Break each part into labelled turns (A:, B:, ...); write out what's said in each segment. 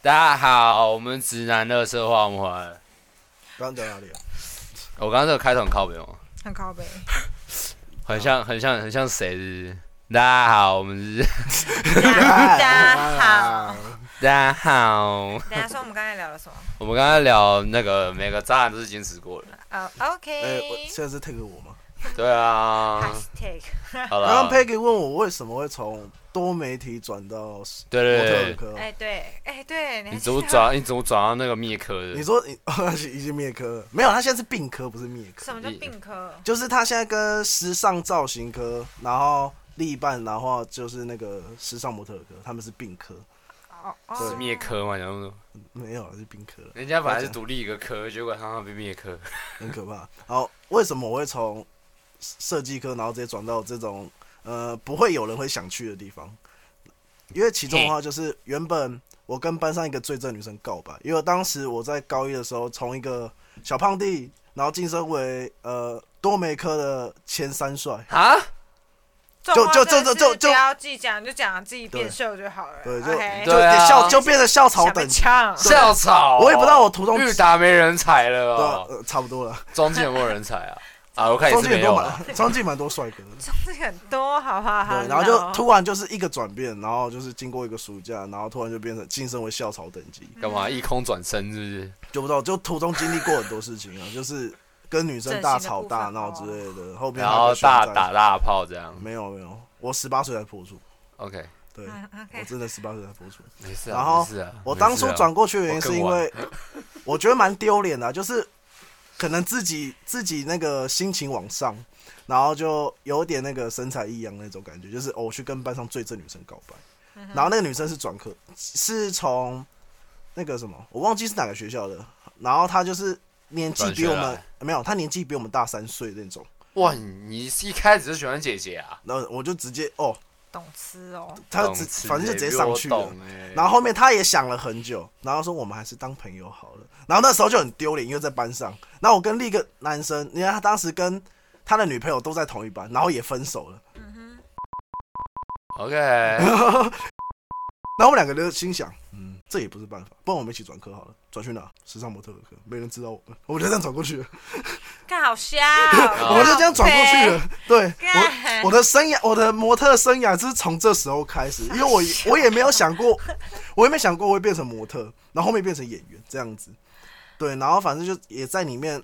A: 大家好，我们直男乐色话，我们回来了。
B: 刚刚讲哪里啊？
A: 我刚刚这个开头很靠边哦，
C: 很靠 背。
A: 很像，很像，很像谁？是不是大家好，我们是
C: 大家好，
A: 大家好。
C: 等一下说我们刚才聊了什么？
A: 我们刚刚聊那个每个渣男都是坚持过的。
C: 哦
B: 哎，我
C: ，OK。
B: 现在是 take 我吗？
A: 对 啊，
C: Hashtag
A: 好
B: 刚刚
A: 了，
B: Peggy 问我为什么会从多媒体转到
A: 对
B: 模
A: 对
B: 特
A: 对，
B: 科，
C: 哎对哎对，你还
A: 你怎么
C: 知道
A: 转？你怎么转到那个灭科的？
B: 你说你 已经灭科了？没有，他现在是病科，不是灭科，
C: 什么叫病科？
B: 就是他现在跟时尚造型科，然后另一半，然后就是那个时尚模特科，他们是并科，
C: 哦
A: 是
C: 哦，
A: 灭科嘛？然后
B: 没有是并科了，
A: 人家本来是独立一个科，结果他妈被灭科。
B: 很可怕。然后为什么我会从设计科，然后直接转到这种呃不会有人会想去的地方？因为其中的话就是原本我跟班上一个最正女生告白，因为当时我在高一的时候，从一个小胖弟，然后晋升为呃多媒科的前三帅。
A: 啊？
C: 这
B: 就
C: 种话
B: 就
C: 真的
B: 就就是就
C: 不要自己讲，就讲自己变
B: 对
C: 瘦就好了。
B: 对，就
C: OK
B: 就
A: 对啊
B: 校就变成校草
C: 想被
B: 等级，
C: 呛。
A: 校草？
B: 我也不知道我途中
A: 日达没人才了
B: 对啊
A: 哦，
B: 呃，差不多了。
A: 中间有没有人才啊？啊，我看也
B: 中
A: 是
B: 间
A: 没
B: 也
A: 有
B: 多
A: 啊。
B: 蛮，中间蛮多帅哥的。
C: 这个很多，好不好？好
B: 对，然后就突然就是一个转变，然后就是经过一个暑假，然后突然就变成晋升为校草等级，
A: 干嘛一空转身是不是？
B: 就不知道就途中经历过很多事情啊， 就是跟女生大吵大闹之类的，后面
A: 然
B: 还有
A: 后
B: 个选
A: 大
B: 战
A: 打大炮这样。
B: 没有没有，我十八岁才破处，
A: OK，
B: 对
C: 嗯
B: 我
C: ，OK，
B: 真的十八岁才破处。
A: 没事
B: 然
A: 啊，
B: 后
A: 没事啊。
B: 我
A: 没
B: 当
A: 事
B: 初
A: 啊
B: 转过去的原因
A: 我
B: 是
A: 更
B: 因为 我觉得蛮丢脸的啊、就是可能自己自己那个心情往上，然后就有点那个身材异样那种感觉，就是、哦、我去跟班上最正女生告白，然后那个女生是转科，是从那个什么我忘记是哪个学校的，然后她就是年纪
A: 转学
B: 比我
A: 来
B: 们没有，她年纪比我们大三岁那种，
A: 哇，你是一开始就喜欢姐姐啊？
B: 然后我就直接哦，
C: 懂吃哦。
B: 她
A: 懂
B: 直
A: 事
B: 反正就
A: 欸
B: 直接
A: 比
B: 上
A: 我
B: 去了
A: 懂。欸
B: 然后后面他也想了很久，然后说我们还是当朋友好了。然后那时候就很丢脸，因为在班上。然后我跟另一个男生，你看他当时跟他的女朋友都在同一班，然后也分手了。
C: 嗯哼，
A: OK，
B: 然后我们两个就心想，嗯，这也不是办法，嗯不然我们一起转科好了。转去哪？时尚模特儿科，没人知道我们，我们就这样转过去了，
C: 看好笑
A: 哦
B: 我们就这样转过去。了。对，我
C: 干
B: 我的生涯，我的模特生涯就是从这时候开始，因为我也我也没有想过，我也没想过我会变成模特，然后后面变成演员这样子。对，然后反正就也在里面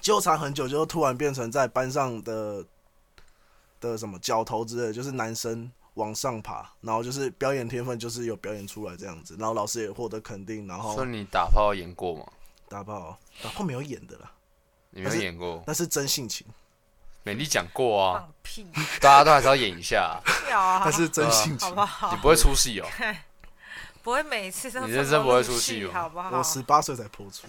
B: 纠缠很久，就突然变成在班上的的什么角头之类的，就是男生往上爬，然后就是表演天分就是有表演出来这样子，然后老师也获得肯定，然后
A: 说你打炮演过吗？
B: 打炮打炮没有演的啦，
A: 你没有
B: 但是
A: 演过，
B: 那是真性情，
A: 美丽讲过啊，
C: 放屁，
A: 大家都还是要演一下，
C: 有啊
B: 那，是真性情
C: 好。不好
A: 你？不会出戏哦。
C: 不会每次都
A: 你
C: 这
A: 认
C: 么
A: 真不会
C: 入
A: 出戏哦
C: 好不好？
B: 我十八岁才播出，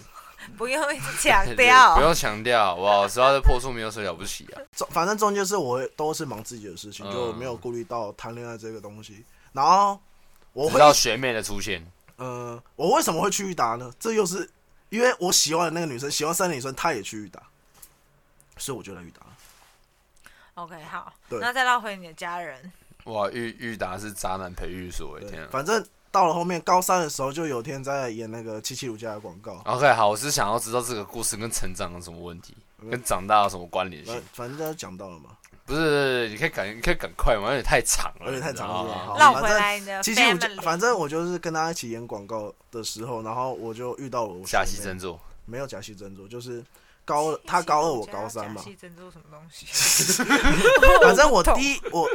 C: 不用一直 强
A: 不
C: 调，
A: 用强调，哇，只要这破处没有什么了不起啊。
B: 中反正中间是我都是忙自己的事
A: 嗯
B: 情，就没有顾虑到谈恋爱这个东西。然后我
A: 直
B: 会，
A: 到学妹的出现，
B: 呃，我为什么会去裕达呢？这又是因为我喜欢的那个女生，喜欢三个女生，她也去裕达，所以我就来裕达了。
C: OK，好，
B: 对
C: 那再绕回你的家人，
A: 哇，裕裕达是渣男培育所，哎
B: 对
A: 天啊。
B: 反正到了后面高三的时候，就有天在演那个七七乳加的广告，
A: OK，好，我是想要知道这个故事跟成长有什么问题，
B: 嗯
A: 跟长大有什么关联性
B: 反？反正大家讲到了嘛，
A: 不是，你可以赶，你可以赶快嘛，有点太长了，
B: 有点太长
A: 你
B: 了
A: 知道吗
B: 好
C: 绕
B: 哦反
C: 回
B: 正
C: 来你的
B: 七七乳加
C: family，，
B: 反正我就是跟她一起演广告的时候，然后我就遇到了我
A: 假戏
B: 学妹
A: 真做，
B: 没有假戏真做，就是高她高二我高三嘛
C: 假，戏珍珠什么东西？
B: 反正我第一我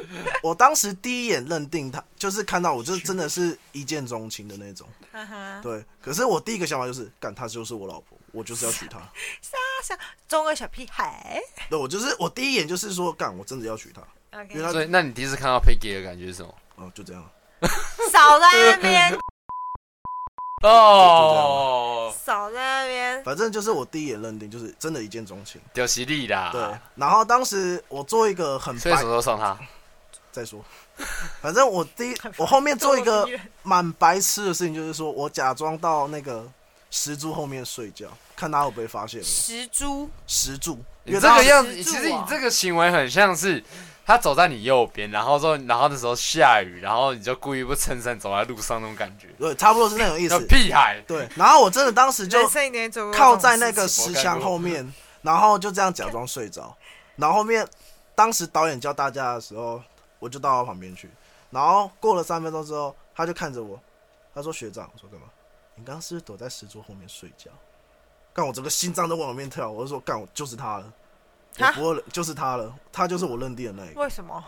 B: 我当时第一眼认定他，就是看到我就是真的是一见钟情的那种，
C: 嗯哼
B: 对。可是我第一个想法就是，干她就是我老婆，我就是要娶她。
C: 中二小屁孩
B: 对，我就是我第一眼就是说，干我真的要娶她。因为
C: ，OK，
B: 他
A: 所以，那你第一次看到 Peggy 的感觉是什么？
B: 哦，就这样。
C: 少在那 边，
A: 哦，
C: 少在那边，
B: 反正就是我第一眼认定就是真的一见钟情。
A: 屌犀利啦！
B: 对，，然后当时我做一个很
A: 啊所以什
B: 白
A: 么时候上他？
B: 再说，反正我第一我后面做一个
C: 咄逼人
B: 蛮白痴的事情，就是说我假装到那个石柱后面睡觉，看他会不会发现我。
C: 石猪，
B: 石柱，
A: 你
B: 因为
A: 这
B: 他
A: 个
B: 是
A: 样子，
C: 石
A: 其
C: 柱
A: 实你
C: 啊
A: 这个行为很像是他走在你右边，然后之后，然后那时候下雨，然后你就故意不撑伞走在路上那种感觉，
B: 对，差不多是那种意
A: 叫
B: 思。
A: 屁孩。
B: 对，然后我真的当时就
C: 人生一定会做过这种
B: 靠在那个
C: 事情
B: 石墙后面，然后就这样假装睡着。然后后面，当时导演叫大家的时候，我就到他旁边去。然后过了三分钟之后，他就看着我，他说：“学长，我说干嘛？你刚刚是不是躲在石桌后面睡觉？”干，我整个心脏都往里面跳。我就说：“干，我就是他了，我
C: 啊
B: 不会，就是他了，他就是我认定的那一个，
C: 为什么？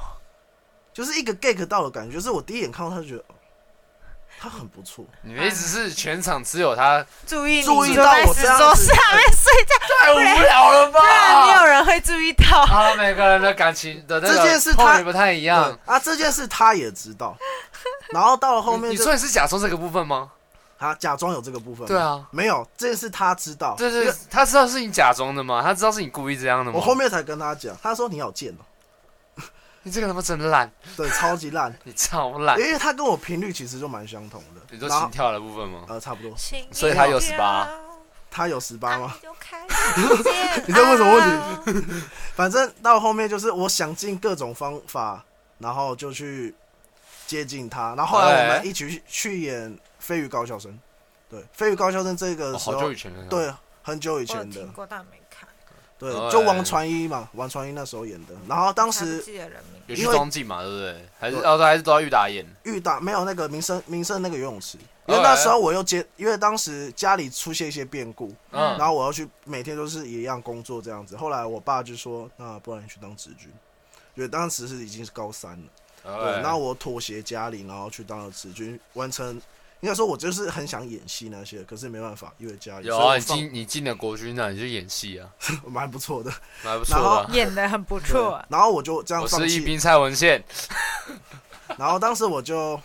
B: 就是一个 get 到的感觉。就是我第一眼看到他就觉得，哦他很不错。
A: 你的意思是全场只有他？
C: 注意你
B: 注意
C: 坐
B: 到
C: 在
B: 我
C: 石
B: 这样
C: 桌
B: 子啊
C: 下面睡 觉，
A: 太无聊了
C: 不然没
A: 吧！
C: 有人会注意到。
A: 他们每个人的感情的那个
B: 这件事
A: 后
B: 他
A: 面不太一样。
B: 对啊，这件事他也知 道。然后到了后面
A: 你
B: 就
A: 说你是假装这个部分吗？
B: 他假装有这个部分吗，
A: 对啊，
B: 没有这件事他知 道，
A: 对
B: 因
A: 对
B: 为，
A: 他知道是你假装的吗？他知道是你故意这样的吗？
B: 我后面才跟他讲，他说你好贱哦、
A: 你这个他妈真烂，
B: 对，超级 烂，
A: 你超烂。
B: 因为他跟我频率其实就蛮相同的
A: 哎你，说
B: 然
A: 心
B: 后
A: 跳的部分吗？
B: 呃差不多，
A: 所以他有18，
B: 他有十八吗？
C: 你
B: 你在问什么
C: 啊
B: 问反正到后面就是我想尽各种方法，然后就去接近他，然后后来我
A: 哎
B: 们一起去去演《飞鱼高校生》，对，《飞鱼高校生》这个
A: 哦
B: 呃时
A: 好
B: 候
A: 久以前了。
B: 对很久以
C: 我有
B: 前的
C: 听，过，但没看。
B: 对
A: 哎，
B: 就王传一嘛，王传一那时候演的，然后当
C: 我还
B: 时
C: 不记得人名。
A: 有去
B: 因为
A: 装镜嘛，对不对？还是
B: 对
A: 哦，对还是都要玉达演。
B: 裕达没有那个民生民生那个游泳池，
A: 哦
B: 因为那时候我又接，因为当时家里出现一些变故，
A: 嗯，
B: 然后我要去每天都是一样工作这样子。后来我爸就说，那不然你去当职军，因为当时是已经是高三了，对，那
A: 后
B: 我妥协家里，然后去当了职军，完成。应该说，我就是很想演戏那些，可是没办法，因为家里。
A: 有
B: 所以
A: 啊，
B: 我
A: 你
B: 放
A: 进你进了国军啊，你去演戏啊，
B: 蛮不错的。
A: 蛮不
B: 然后
A: 错的。啊
C: 演的很不错啊，
B: 然后我就这样
A: 我
B: 放
A: 是一
B: 弃，
A: 兵蔡文宪，
B: 然后当时我就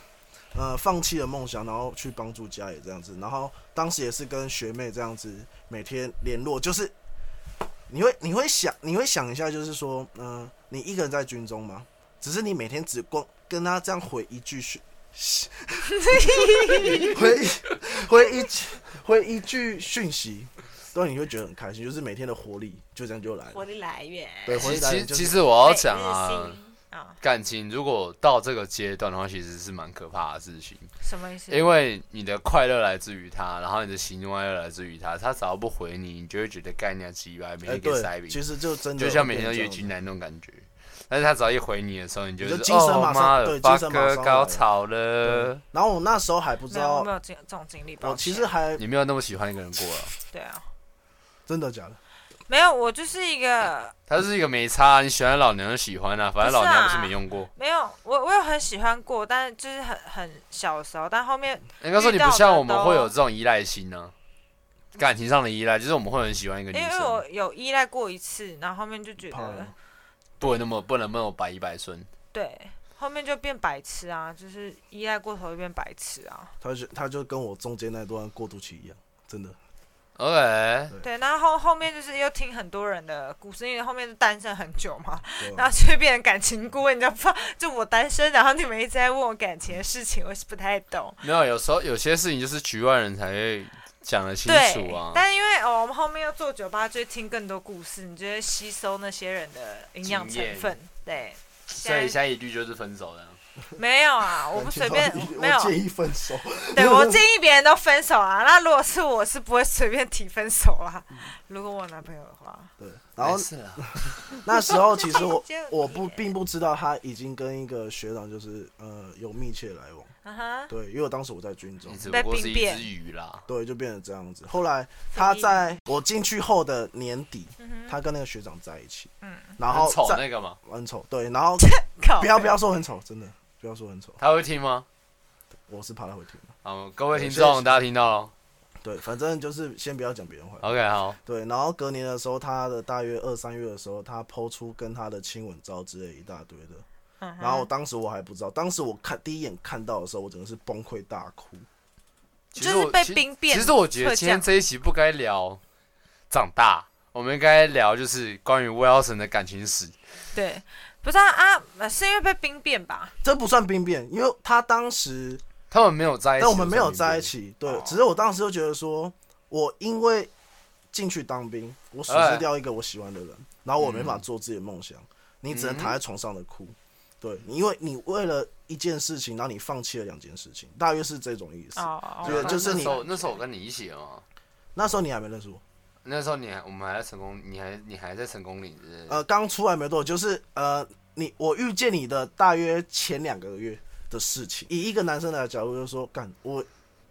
B: 呃放弃了梦想，然后去帮助家里这样子。然后当时也是跟学妹这样子每天联络，就是你会你会想你会想一下，就是说，嗯、你一个人在军中吗？只是你每天只光跟他这样回一句讯，回一回一句回一句讯息，然你会觉得很开心，就是每天的活力就这样就来
C: 活
B: 了。
C: 力来源。
B: 对，活
A: 其
B: 力来源
A: 其
B: 就
A: 其
B: 是
A: 实我要讲啊，
C: 啊，
A: 感情如果到这个阶段的话，其实是蛮可怕的事情，
C: 什么意思？
A: 因为你的快乐来自于他，然后你的喜怒哀乐来自于他，他只要不回你，你就会觉得概念鸡巴，每
B: 哎，
A: 天给塞
B: 对，
A: 饼，
B: 其实就真的
A: 就像每天都
B: 会
A: 月
B: 变成这
A: 经
B: 样
A: 来那种感觉。但是他只要一回你的时候，你就
B: 你就是精神
A: 哦
B: 马上
A: 妈的，
B: 对
A: 八
B: 精神马
A: 哥
B: 上来
A: 高潮了
B: 对。然后我那时候还不知
C: 没有，我
B: 道
C: 没，有这这种经历。抱
B: 我其
C: 歉
B: 实还
A: 你没有那么喜欢一个人过了，
C: 对啊，
B: 真的假的？
C: 没有，我就是一个
A: 他就是一个没差，啊你喜欢老娘就喜欢啊，反正老娘不是没用过。
C: 没有，我我有很喜欢过，但是就是很很小的时候，但后面
A: 应该说你不像我们会有这种依赖心呢、感情上的依赖，就是我们会很喜欢一个女
C: 因为
A: 生，
C: 我有依赖过一次，然后后面就觉
B: 怕
C: 得
B: 了
A: 不能那么不能那么百依百顺。
C: 对，后面就变白痴啊，就是依赖过头就变白痴啊。
B: 他就他就跟我中间那段过渡期一样，真的。
A: OK，
C: 对，然后后后面就是又听很多人的故事，因为后面就单身很久嘛，
B: 对啊吧
C: 然后就变成感情顾问，你知道不？就我单身，然后你们一直在问我感情的事情，我是不太懂。
A: 没有，有时候有些事情就是局外人才会讲得清
C: 对
A: 楚，啊。
C: 但因为哦，我们后面又做酒吧，就会听更多故事，你就会吸收那些人的营养
A: 经验
C: 成分。对，
A: 所以现在一律就是分手的。
C: 没有啊，我不随便， 没有
B: 我。建议分手。
C: 对我建议别人都分手啊，那如果是我是不会随便提分手啦。
A: 嗯
C: 如果我男朋友的 话，
B: 对，然后
A: 是啦，
B: 那时候其 实我
C: 就你
B: 我不并不知道他已经跟一个学长就是呃有密切来往，
C: 嗯哼，
B: 对，因为我当时我在军中
A: 你，只不过是一只鱼啦。
B: 对，就变成这样
C: 嗯
B: 子。后来他在我进去后的年底，他跟那个学长在一起，
C: 嗯
B: 然后
A: 很丑
B: 在
A: 那个嘛，
B: 很丑，对，然后
C: 靠
B: 不要不要说很丑，真的不要说很丑，
A: 他会听吗？
B: 我是怕他会听的。
A: 好，各位听
B: 有些
A: 众，大家听到了。
B: 对，反正就是先不要讲别人坏话。
A: OK，好，
B: 对，然后隔年的时候，他的大约二三月的时候，他抛出跟他的亲吻照之类一大堆的。
C: 嗯哼
B: 然后当时我还不知道，当时我看第一眼看到的时候，我真的是崩溃大哭。
A: 其实我
C: 就是被
A: 其实
C: 兵变
A: 其实我觉得今天
C: 会
A: 这一集不该聊长大，我们应该聊就是关于 Wilson 的感情史。
C: 对，不是啊啊，呃是因为被兵变吧？
B: 这不算兵变，因为他当时，
A: 他们没有在一起，
B: 但我们没有在一。起。对
A: 哦，
B: 只是我当时就觉得说，我因为进去当兵，我损失掉一个我喜欢的人，然后我没法做自己的梦想。你只能躺在床上的哭。对，你因为你为了一件事情，然后你放弃了两件事情，大约是这种意思。
C: 哦，
B: 对
C: 哦
B: 就是
A: 那
B: 你
A: 时候那时候我跟你一起的嘛，
B: 那时候你还没认识我，
A: 那时候你还我们还在成功，你还你还在成功岭是不是？
B: 呃，刚出来没多久，就是呃，你我遇见你的大约前两个月的事情。以一个男生的角度，就是说，干，我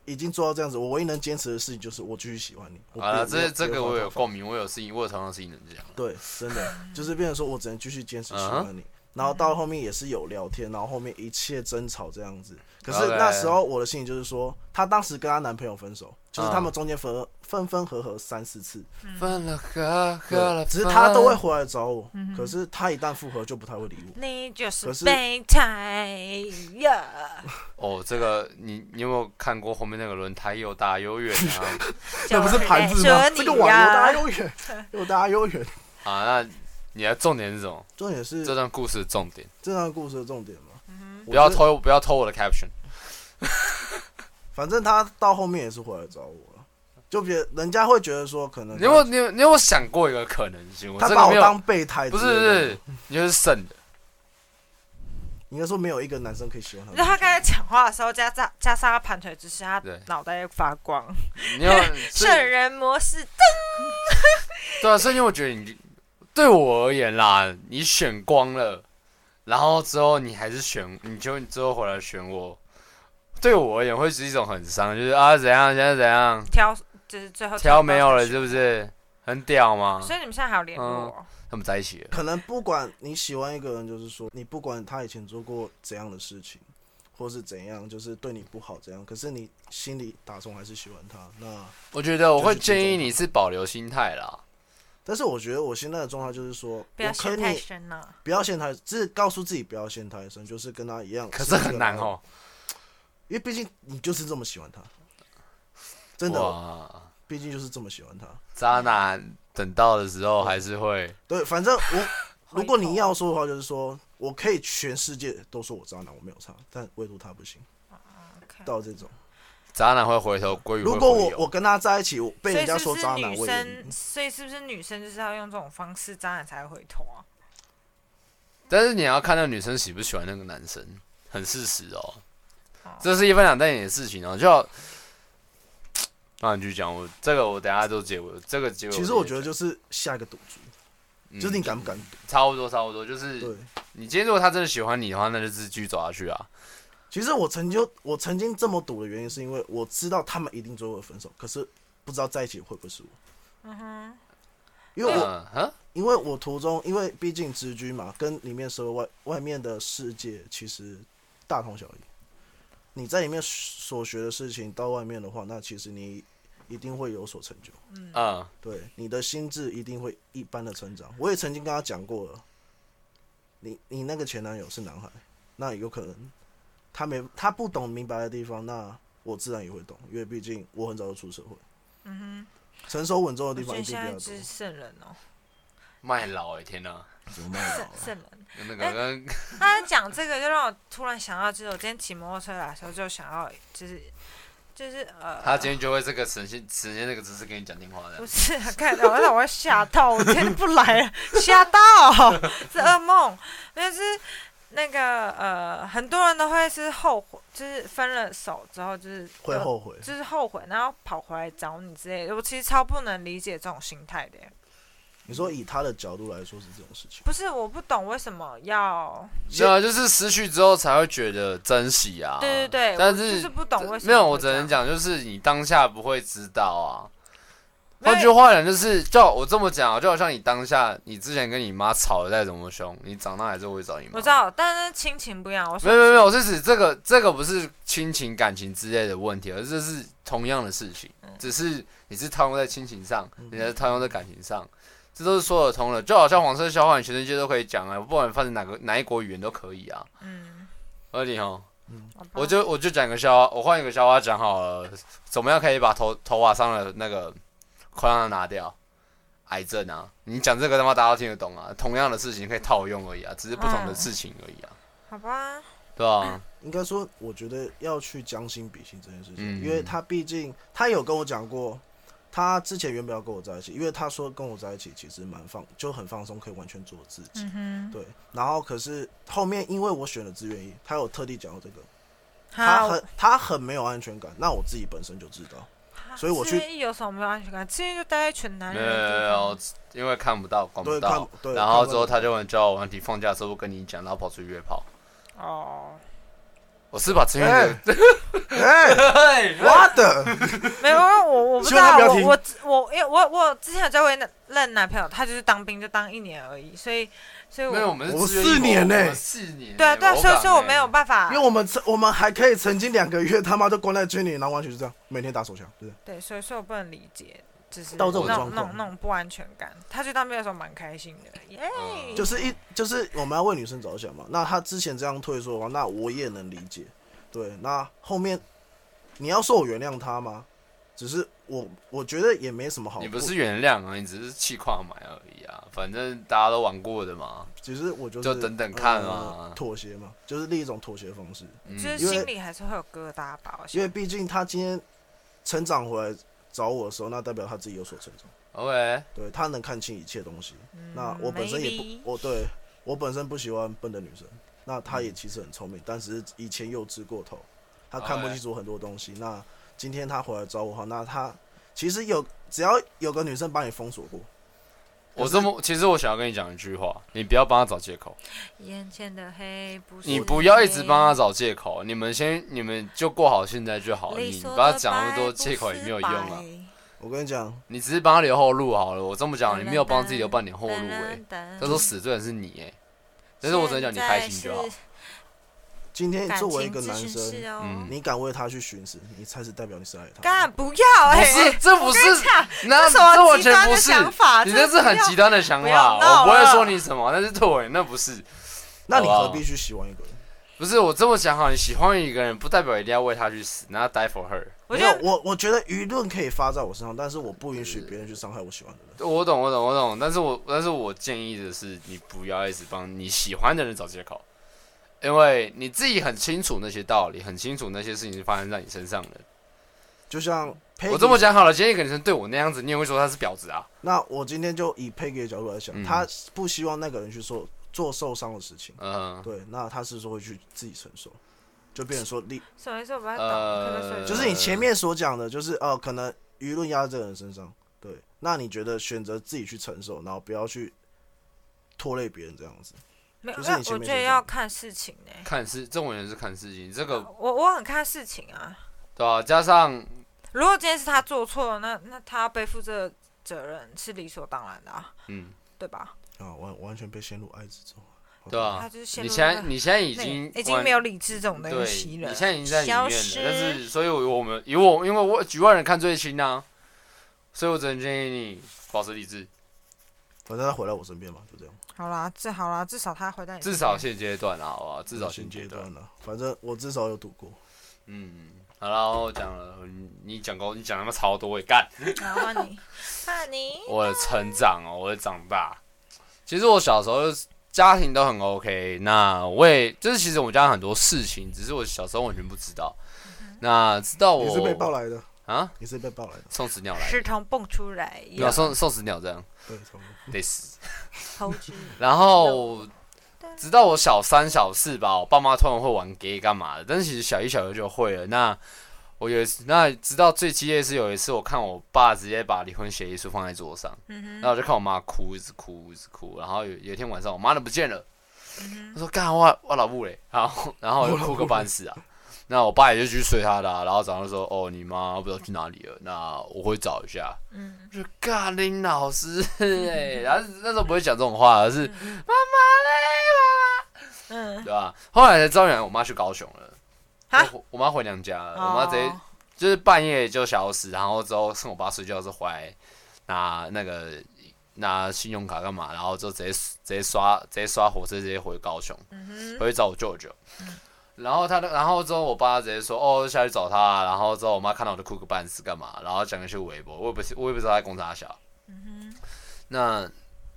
B: 已经做到这样子，我唯一能坚持的事情就是我继续喜欢你。我
A: 好了，
B: 不要
A: 这这个我有。
B: 不要换头
A: 共鸣，我有事情，我有同样的事情能讲。
B: 发对，真的就是变成说我只能继续坚持喜欢你。
A: 嗯
B: 然后到后面也是有聊天，然后后面一切争吵这样子。可是
A: OK
B: 那时候我的心里就是说，她当时跟她男朋友分手，就是他们
A: 嗯
B: 中间分分分合合三四次，
A: 分了合，合了分，
B: 对
A: 嗯
B: 只是她都会回来找我。可是她一旦复合就不太会理我。
C: 你就是
B: 可是
C: 备胎呀，
A: 哦，这个你你有没有看过后面那个轮胎又大又远 啊？
B: 这不是盘子吗？这
C: 就是
B: 个网
C: 你
B: 有大
C: 呀，
B: 又远，有大又远。
A: 啊，那你的重点是什么？
B: 重点是
A: 这段故事的重点，
B: 这段故事的重点嘛。
C: 嗯
B: 我
A: 不要
B: 是，
A: 偷不要偷我的 caption。
B: 反正他到后面也是回来找我了，就别人家会觉得说可能
A: 你有没有你有你有没有想过一个可能性？我
B: 他
A: 真
B: 把
A: 的
B: 我
A: 没有，
B: 当备胎之
A: 不
B: 类
A: 是
B: 的，
A: 不是，你就是剩的。
B: 应该说没有一个男生可以喜欢他。
C: 就他刚才讲话的时候，加上加上他盘腿之下，他
A: 对
C: 脑袋又发光，
A: 你要所以
C: 圣人模式。
A: 对啊，所以我觉得你对我而言啦，你选光了，然后之后你还是选，你就之后回来选我，对我而言会是一种很伤，就是啊怎样现在怎样
C: 挑就是最后
A: 挑没有
C: 到
A: 了
C: 才选
A: 是不是？很屌吗？
C: 所以你们现在还有联络？
A: 他们在一起了，
B: 可能不管你喜欢一个人，就是说你不管他以前做过怎样的事情，或是怎样，就是对你不好怎样，可是你心里打从还是喜欢他。那
A: 我觉得我会
B: 就是这种
A: 建议你是保留心态啦。
B: 但是我觉得我现在的状态就是说，
C: 不要
B: 我可
C: 想
B: 以
C: 太深啊了。
B: 不要陷太，只是告诉自己不要陷太深，就是跟他一样。
A: 可是很难
B: 哦，
A: 哦，
B: 因为毕竟你就是这么喜欢他，真的，哦
A: 哇，
B: 毕竟就是这么喜欢他。
A: 渣男等到的时候还是会，
B: 对，反正 我
C: 回头
B: 如果你要说的话，就是说我可以全世界都说我渣男，我没有差，但唯独他不行。
C: OK
B: 到这种，
A: 渣男会回头归嗯于会
B: 如果
A: 回
B: 我
A: 友
B: 我跟他在一起，我被
C: 所
B: 人
C: 以
B: 家
C: 是
B: 说
C: 不
B: 渣
C: 是
B: 男，
C: 女
B: 我也
C: 生？所以是不是女生就是要用这种方式，渣男才会回头啊？
A: 但是你要看那个女生喜不喜欢那个男生，很事实哦
C: 哦。
A: 这是一分两瞪眼的事情哦，就要那你去讲，我这个我等下都结尾，这个结尾
B: 其实
A: 就
B: 我觉得
A: 讲
B: 就是下一个赌注，
A: 嗯
B: 就是你敢不敢赌。
A: 差不多差不多，就
B: 对
A: 是，你今天如果他真的喜欢你的话，那就自己继续走下去啊。
B: 其实我曾经我曾经这么赌的原因，是因为我知道他们一定最后会分手，可是不知道在一起会不会是我。
C: 嗯哼，
B: 因为我
A: 嗯哼，
B: 因为我途中，因为毕竟直居嘛，跟里面社会外外面的世界其实大同小异。你在里面所学的事情，到外面的话，那其实你一定会有所成就，
A: 嗯，
B: 对你的心智一定会一般的成长。我也曾经跟他讲过了，你你那个前男友是男孩，那有可能他没他不懂明白的地方，那我自然也会懂，因为毕竟我很早就出社会，
C: 嗯
B: 成熟稳重的
C: 哼，
B: 地方
C: 我觉
B: 一
C: 得
B: 定比较
C: 现在
B: 多。
C: 是圣人哦，
A: 卖老哎、天哪，
B: 怎么办 啊
C: 圣圣人。
A: 跟那个
C: 哎
A: 跟
C: 他在讲这个，就让我突然想到，就是我今天骑摩托车来的时候，就想要，就是就是呃，
A: 他今天就会这个呈现呈现那个姿势跟你讲电话的
C: 不。是，看到我让我吓到，我真的不来了，吓到，是噩梦。但是那个呃，很多人都会是后悔，就是分了手之后，就是呃
B: 会后悔。
C: 就是后悔，然后跑回来找你之类的。我其实超不能理解这种心态的耶，
B: 你说以他的角度来说是这种事情，
C: 不是我不懂为什么要，
A: 是啊，就是失去之后才会觉得珍惜啊。
C: 对对对，
A: 但
C: 我
A: 是
C: 就是不懂为什么
A: 没有，我
C: 会
A: 只
C: 这
A: 能
C: 样，
A: 讲，就是你当下不会知道啊。
C: 没有
A: 换句话讲，就是就我这么讲啊，就好像你当下你之前跟你妈吵得再怎么凶，你长大还是会找你妈。
C: 我知。道，但是亲情不一样，我
A: 没
C: 说
A: 有没有没有，我是指这个这个不是亲情感情之类的问题，而是这是同样的事情，
C: 嗯
A: 只是你是套用在亲情上，你是套用在感情上，这都是说得通的。就好像黄色笑话，你全世界都可以讲啊，不管你放在哪个哪一国语言都可以啊。
C: 嗯，
A: 而你哦，
C: 好吧
A: 我就我就讲个笑话，我换一个笑话讲好了，怎么样可以把头头发上的那个快让它拿掉？癌症啊，你讲这个他妈大家都听得懂啊，同样的事情可以套用而已啊，只是不同的
C: 嗯
A: 事情而已啊，
C: 好吧，
A: 对啊，
B: 应该说，我觉得要去将心比心这件事情，
A: 嗯
B: 因为他毕竟他有跟我讲过，他之前原本要跟我在一起，因为他说跟我在一起其实蛮放，就很放松，可以完全做自己。
C: 嗯哼，
B: 对，然后可是后面因为我选了志愿役，他有特地讲到这个，他
C: 好，
B: 很他很没有安全感。那我自己本身就知道，
C: 啊
B: 所以我去
C: 志愿役有什么没有安全感？志愿就待在一群男
A: 没
C: 人
A: 有
C: 的
A: 没
C: 地
A: 有
C: 方，，
A: 因为看不到，管不
B: 对，看
A: 到。
B: 对，
A: 然后
B: 看不
A: 之后他就玩交友问题，放假的时候不跟你讲，然后跑出去约炮。
C: 哦，
A: 我是把志愿
B: 哎
A: 的，
B: 哎，
A: 对，
B: 我的，
C: 没有，因为我我不知
B: 希望他
C: 道，啊
B: 不要
C: 我
B: 听
C: 我我因为我我之前有交过一任任男朋友，他就是当兵就当一年而已，所以所以
A: 没有，我
C: 我
A: 们
B: 我
A: 是志愿役
B: 四年
A: 我
B: 欸
A: 们四年欸，
C: 对啊对啊，
A: 我
C: 所以
A: 敢
C: 所以我
A: 欸
C: 没有办法
B: 因为，我们曾我们还可以曾经两个月他妈都关在军里，然后完全是这样，每天打手枪，对，
C: 对，所以所以我不能理解。就是
B: 到这种
C: 那
B: 状
C: 那种
B: 况
C: 那种不安全感，他去当兵的时候蛮开心的，耶、
A: 嗯
B: 就是一就是我们要为女生着想嘛。那他之前这样退缩的话，那我也能理解，对。那后面你要说我原谅他吗？只是我我觉得也没什么好，
A: 你不是原谅啊，你只是气跨买而已啊，反正大家都玩过的嘛。
B: 只是我就
A: 就
B: 是
A: 等等看
B: 呃
A: 嘛
B: 妥协嘛，就是另一种妥协方式。
A: 嗯
C: 就是
B: 因为
C: 心里还是会有疙瘩吧。我
B: 因为
C: 想，
B: 毕竟他今天成长回来找我的时候，那代表他自己有所成长，
A: OK，
B: 对他能看清一切东西。那
C: 嗯
B: 我本身也不
C: maybe，
B: 我对我本身不喜欢笨的女生，那她也其实很聪明，但只是以前幼稚过头，她看不清楚很多东西。那今天她回来找我的话，那她其实有只要有个女生把你封锁过，
A: 我这么，其实我想要跟你讲一句话，你不要帮他找借口，
C: 眼前的黑不是
A: 你不要一直
C: 黑
A: 帮他找借口，你们先你们就过好现在就好，
C: 理
A: 你
C: 所
A: 不要
C: 的
A: 讲那么
C: 白
A: 多
C: 不
A: 借口也
C: 是
A: 没有用啊
C: 白，。
B: 我跟你讲，
A: 你只是帮他留后路好了。我这么讲，你没有帮自己留半点后路哎、
C: 噔噔噔
A: 他说死罪的是你哎、但是我只能讲你开心就好
C: 现在。是
B: 今天
C: 感
B: 作
C: 情
B: 为一个男
C: 咨询师
B: 生，
C: 哦
A: 嗯
B: 你敢为他去寻死，你才是代表你是爱他。
C: 干不要哎、
A: 不是这不
C: 我 跟你
A: 是
C: 讲
A: 那
C: 这什么
A: 完
C: 极
A: 全
C: 端
A: 不
C: 的
A: 是，
C: 想法
A: 你
C: 这
A: 那是很
C: 不要
A: 极端的想
C: 啊不
A: 法，
C: 要闹
A: 我不会
C: 了
A: 说你什么，但是对我那不是。
B: 那你
A: 好不
B: 何
A: 好
B: 必去喜欢一个人？
A: 不是我这么讲好，你喜欢一个人，不代表一定要为他去死，那要 die for her。
C: 我
B: 没
C: 觉
B: 有，
C: 得
B: 我我觉得舆论可以发在我身上，但是我不允许别人去伤害我喜欢的人。
A: 我懂，我懂，我懂。但是我但是我建议的是，你不要一直帮你喜欢的人找借口，因为你自己很清楚那些道理，很清楚那些事情是发生在你身上的。
B: 就像 Peggy,
A: 我这么，讲好了，今天一个女生对我那样子，你也会说她是婊子啊？
B: 那我今天就以 Peggy 的角度来想，
A: 嗯
B: 他不希望那个人去做做受伤的事情，
A: 嗯、
B: 对，那他是说会去自己承受，就变成说你
C: 什么意思？我不太懂，
A: 呃
C: 可不可以说一下
B: 就是你前面所讲的，就是呃，可能舆论压在这个人身上，对，那你觉得选择自己去承受，然后不要去拖累别人这样子，
C: 没有，
B: 就
C: 我
B: 是你前面
C: 觉得
B: 先
C: 要
B: 讲
C: 看事情呢、
A: 看事，这种人是看事情，这个
C: 我我很看事情啊。
A: 对吧、加上
C: 如果今天是他做错了，那那他要背负这个责任是理所当然的啊，
A: 嗯，
C: 对吧？
B: 啊，完完全被陷入爱之中，
A: 对吧、
C: 他就是陷
A: 啊你
C: 入
A: 现
C: 那
A: 在
C: 个
A: 你现在已
C: 那
A: 经
C: 已经
A: 完
C: 没有理智这种东
A: 对，
C: 西了。
A: 你现在已经在里面
C: 消
A: 了，但
C: 失
A: 是所以我我们以我因为我局外人看最清啊，所以我只能建议你保持理智，
B: 反正他回来我身边嘛，就这样。
C: 好啦，至好啦，至少他回到你
A: 至
C: 身
A: 少
C: 边
A: 现阶段啦，啊好不好？至少
B: 现
A: 现
B: 阶
A: 阶段
B: 段，了，反正我至少有赌过。
A: 嗯，好啦，我讲了，你你讲够，你讲他妈超多，我也干，
C: 然后换你，换你。
A: 我的成长哦，我的长大，其实我小时候就是家庭都很 OK，那我也就是其实我们家很多事情，只是我小时候完全不知道，
C: 嗯
A: 那直到我
B: 你是被抱来的，
A: 啊，
B: 你是被抱来的，
A: 送死鸟来，
C: 石头蹦出来，
A: 没有送送死鸟这样，
B: 对，差不多。
A: 得死。
C: 投掷。
A: 然后直到我小三、小四吧，我爸妈突然会玩 gay 干嘛的，但是其实小一、小二就会了。那我有一次，那直到最激烈是有一次，我看我爸直接把离婚协议书放在桌上，
C: 嗯
A: 然后我就看我妈哭，一直哭，一直哭。然后有有一天晚上，我妈都不见了，
C: 嗯
A: 我说干我我老母嘞，然后 然后我就哭个半死啊。那我爸也就去睡他的啊、然后早上就说哦，你妈不知道去哪里了，那我会找一下。
C: 嗯，
A: 就干林老师 哎、然后那时候不会讲这种话，而是妈妈嘞，妈妈，
C: 嗯，
A: 对吧？后来才知道，原来我妈去高雄了，
C: 哈
A: 我我妈回娘家了，
C: 哦
A: 我妈直接就是半夜就消失，然后之后趁我爸睡觉的时候回来拿那个拿信用卡干嘛，然后就直接直接刷直接刷火车直接回高雄，
C: 嗯哼，
A: 回去找我舅舅。然后他的，然后之后我爸直接说：“哦，下去找他啊。”然后之后我妈看到我就哭个半死，干嘛？然后讲一些微博，我也不是，我也不知道他在公差小。那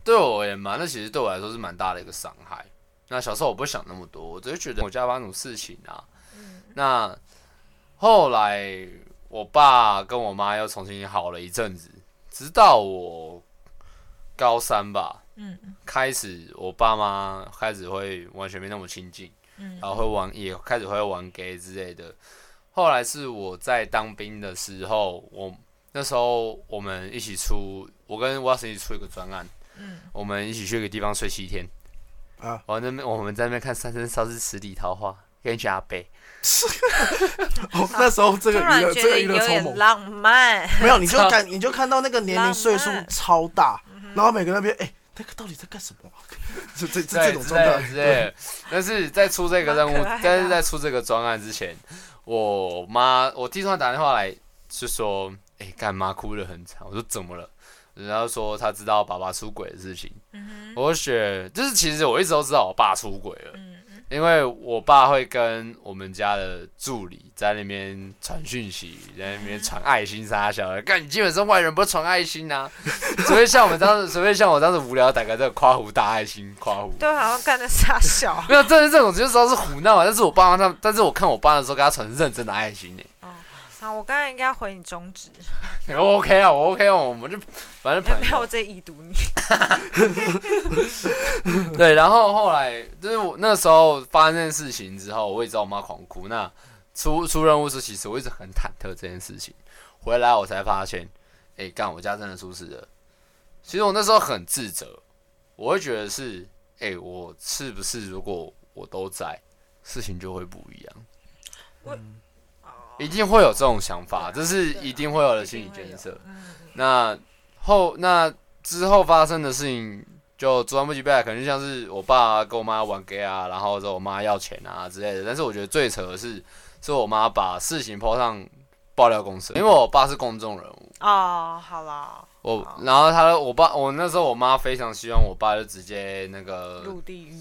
A: 对我而言嘛，那其实对我来说是蛮大的一个伤害。那小时候我不会想那么多，我只是觉得我家发生什么事情啊。那后来我爸跟我妈又重新好了一阵子，直到我高三吧，
C: 嗯
A: 开始我爸妈开始会完全没那么亲近，
C: 嗯
A: 然后会玩，也开始会玩 gay 之类的。后来是我在当兵的时候，我那时候我们一起出，我跟 w a t 一起出一个专案，
C: 嗯，
A: 我们一起去一个地方睡七天，
B: 啊，
A: 我那边我们在那边看《三生三世十里桃花》跟一群阿伯，
B: 哦，那时候这
C: 突
B: 个娱
C: 然
B: 乐
C: 觉
B: 这个
C: 得
B: 娱
C: 有
B: 乐超
C: 点
B: 猛，
C: 浪漫，
B: 没有你就
A: 超
B: 感你就看到那个年龄岁数
C: 浪漫嗯
B: 超大，然后每个那边哎，那个到底在干什么啊？ 就这这这种
A: 之
B: 状
A: 类的
B: 态，
A: 之类的。但是在出这个任
C: 蛮
A: 务
C: 可爱的啊，
A: 但是在出这个专案之前，我妈我弟突然打电话来，就说：“哎、干妈哭得很惨。”我说：“怎么了？”然后说他知道爸爸出轨的事情。
C: 嗯哼，
A: 我选就是其实我一直都知道我爸出轨了，
C: 嗯
A: 因为我爸会跟我们家的助理在那边传讯息，在那
C: 嗯
A: 边传爱心啥小的。干，你基本上外人不会传爱心啊， 除非像我们当时，除非像我当时无聊打个这个夸胡大爱心夸胡。
C: 对，好像干的傻笑
A: ，没有，真的这种就知道是胡闹啊。但是我爸妈他们，但是我看我爸的时候，给他传认真的爱心呢、欸
C: 啊，我刚才应该回你中指，
A: 我 OK 啊，我 OK 啊，我们就反正
C: 没
A: 朋
C: 有，
A: 友啊
C: 我直接已读你，
A: 对。然后后来就是我那时候发生这件事情之后，我也知道我妈狂哭。那出出任务时，其实我一直很忐忑这件事情。回来我才发现，哎、干，我家真的出事了。其实我那时候很自责，我会觉得是，哎、我是不是如果我都在，事情就会不一样。
C: 哦
A: 一定会有这种想法，
C: 对
A: 这
C: 啊
A: 是
C: 对啊
A: 一定会有的
C: 一
A: 心理
C: 定会
A: 建
C: 有
A: 设。
C: 嗯
A: 那后那之后发生的事情，就主观不及备，可能就像是我爸跟我妈玩 gay 啊，然后说我妈要钱啊之类的。但是我觉得最扯的是，是我妈把事情抛上爆料公司，
C: 嗯
A: 因为我爸是公众人物，
C: 哦，好啦，
A: 我
C: 哦
A: 然后他我爸我那时候我妈非常希望我爸就直接那个
C: 入地狱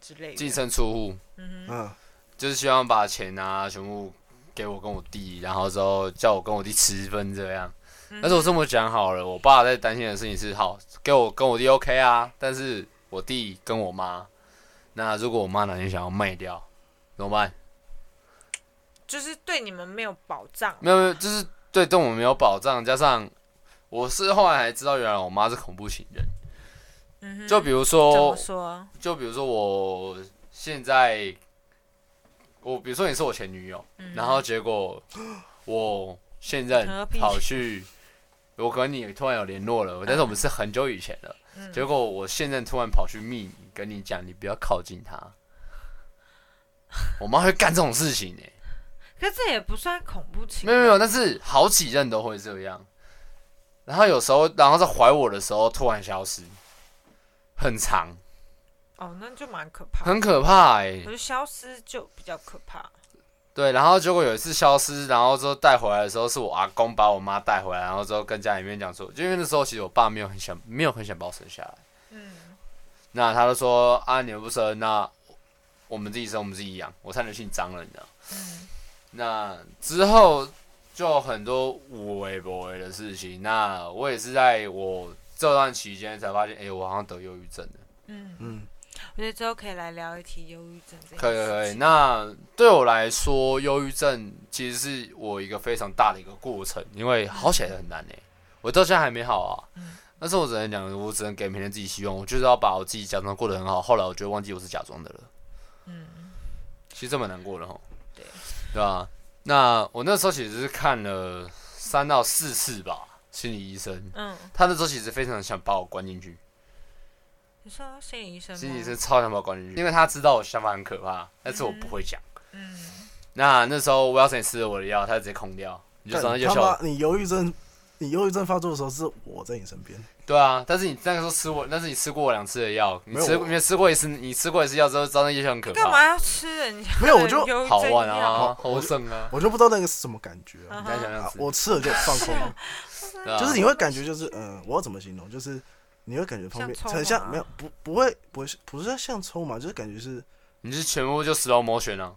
C: 之类
A: 净
C: 的，
A: 身出户，
C: 嗯哼，
B: 嗯，
A: 就是希望把钱啊全部给我跟我弟，然后之后叫我跟我弟吃分这样。
C: 嗯
A: 但是我这么讲好了，我爸在担心的事情是，好给我跟我弟 OK 啊，但是我弟跟我妈，那如果我妈哪天想要卖掉怎么办？
C: 就是对你们没有保障，
A: 没有没有，就是对对我们没有保障，加上我是后来才知道，原来我妈是恐怖情人。
C: 嗯哼，
A: 就比如
C: 怎
A: 说，
C: 么说？
A: 就比如说我现在，我比如说你是我前女友，
C: 嗯
A: 然后结果我现任
C: 何必
A: 跑去，我跟你突然有联络了，但是我们是很久以前了。
C: 嗯
A: 结果我现任突然跑去密你，跟你讲你不要靠近他。我妈会干这种事情呢、欸
C: 可是这也不算恐怖情
A: 没有没有，但是好几任都会这样。然后有时候，然后在怀我的时候突然消失，很长，
C: 哦，那就蛮可怕的。
A: 很可怕哎、
C: 我觉得消失就比较可怕。
A: 对，然后结果有一次消失，然后之后带回来的时候，是我阿公把我妈带回来，然后之后跟家里面讲说，就因为那时候其实我爸没有很想，没有很想把我生下来，
C: 嗯，
A: 那他就说啊，你们不生，那我们自己生，我们自己养，我差点姓张了，你知道。
C: 嗯
A: 那之后就很多无为不为的事情。那我也是在我这段期间才发现，哎、我好像得忧郁症了。
C: 嗯，
B: 嗯，
C: 我觉得之后可以来聊一题忧郁症这件事情
A: 可以可以。那对我来说，忧郁症其实是我一个非常大的一个过程，因为好起来很难呢、欸我到现在还没好啊
C: 嗯。
A: 但是我只能讲，我只能给每天自己希望。我就是要把我自己假装过得很好，后来我就忘记我是假装的了。
C: 嗯，
A: 其实这蛮难过的吼。
C: 对，
A: 对吧？那我那时候其实是看了三到四次吧，心理医生。
C: 嗯，
A: 他那时候其实非常想把我关进去，
C: 你说心理医生吗？
A: 心理医生，超想把我关进去，因为他知道我想法很可怕，但是我不会讲。
C: 嗯，
A: 那那时候我要是你吃了我的药，他就直接空掉，你就上
B: 干
A: 就
B: 他
A: 笑
B: 妈
A: 我。
B: 你忧郁症，你忧郁症发作的时候是我在你身边，
A: 对啊，但是你那个时候吃我，但是你吃过我两次的药，你
B: 没有
A: 吃
B: 我
A: 你吃过一次，你吃过一次药之后，知道那药效很可
C: 干嘛
A: 怕，
C: 要吃人家？
B: 没有我就
A: 好玩啊，
C: 啊，
A: 好胜 啊，
B: 我就不知道那个是什么感觉
C: 嗯
B: 啊、
A: 你再想想
B: 啊
A: 吃，
B: 我吃了就放空了，
A: 对啊
B: 就是你会感觉就是嗯、呃我要怎么形容？就是你会感觉旁边
C: 像抽
B: 很
C: 麻
B: 像没有不不会不是不是像抽嘛，就是感觉是
A: 你是全部就 slow motion 啊，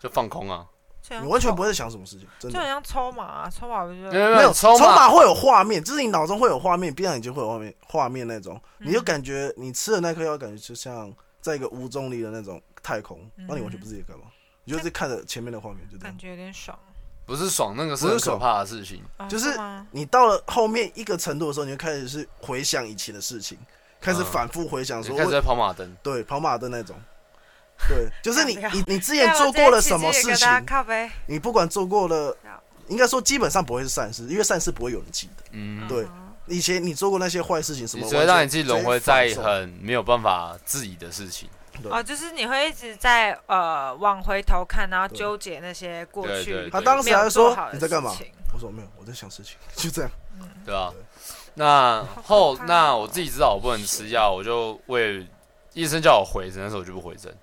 A: 就放空啊，
C: 就像
B: 你完全不
C: 抽，
B: 会在想什么事情，真
C: 就很
B: 的。
C: 像抽马啊，抽马不就
A: 没有
B: 没有
A: 抽
B: 抽
A: 嘛
B: 马会有画面，就是你脑中会有画面，闭上眼睛会有画面，画面那种，
C: 嗯
B: 你就感觉你吃的那颗药，感觉就像在一个无重
C: 嗯
B: 力的那种太空，那你完全不知道自己在干嘛，你就
C: 这
B: 是看着前面的画面，就这样
C: 感。觉有点爽？
A: 不是爽，那个是
B: 不是
A: 很可
B: 爽
A: 怕的事情。
C: 哦
B: 就是
C: 吗
B: 你到了后面一个程度的时候，你就开始是回想以前的事情，开始
A: 嗯
B: 反复回想
A: 你
B: 说
A: 开始
B: 为
A: 在跑马灯，
B: 对，跑马灯那种。 对，就是你
C: 不要
B: 你你之
C: 对啊
B: 前
C: 哎
B: 做
C: 我直接
B: 过了
C: 起
B: 什么
C: 鸡皮
B: 事
C: 疙瘩
B: 情，
C: 靠背，
B: 你不管做过了
C: 不要，
B: 应该说基本上不会是善事，因为善事不会有人记得。
A: 嗯，
B: 对
C: 嗯哼
B: 以前你做过那些坏事情，什
A: 你
B: 么
A: 只会让你自己
B: 完全
A: 轮回在
B: 直接反
A: 很没有办法自己的事情。
B: 对
C: 哦，就是你会一直在呃往回头看，然后
B: 对
C: 纠结那些过
A: 对
C: 去
A: 对
C: 没
B: 他当时还
C: 有做
B: 说
C: 好的
B: 你在干嘛
C: 事？情
B: 我说没有，我在想事情，就这样。
A: 对啊
B: 对，
A: 那
C: 好可
A: 后
C: 怕
A: 那
C: 哦
A: 我自己知道我不能吃药，我就为医生叫我回诊，那时候我就不回诊，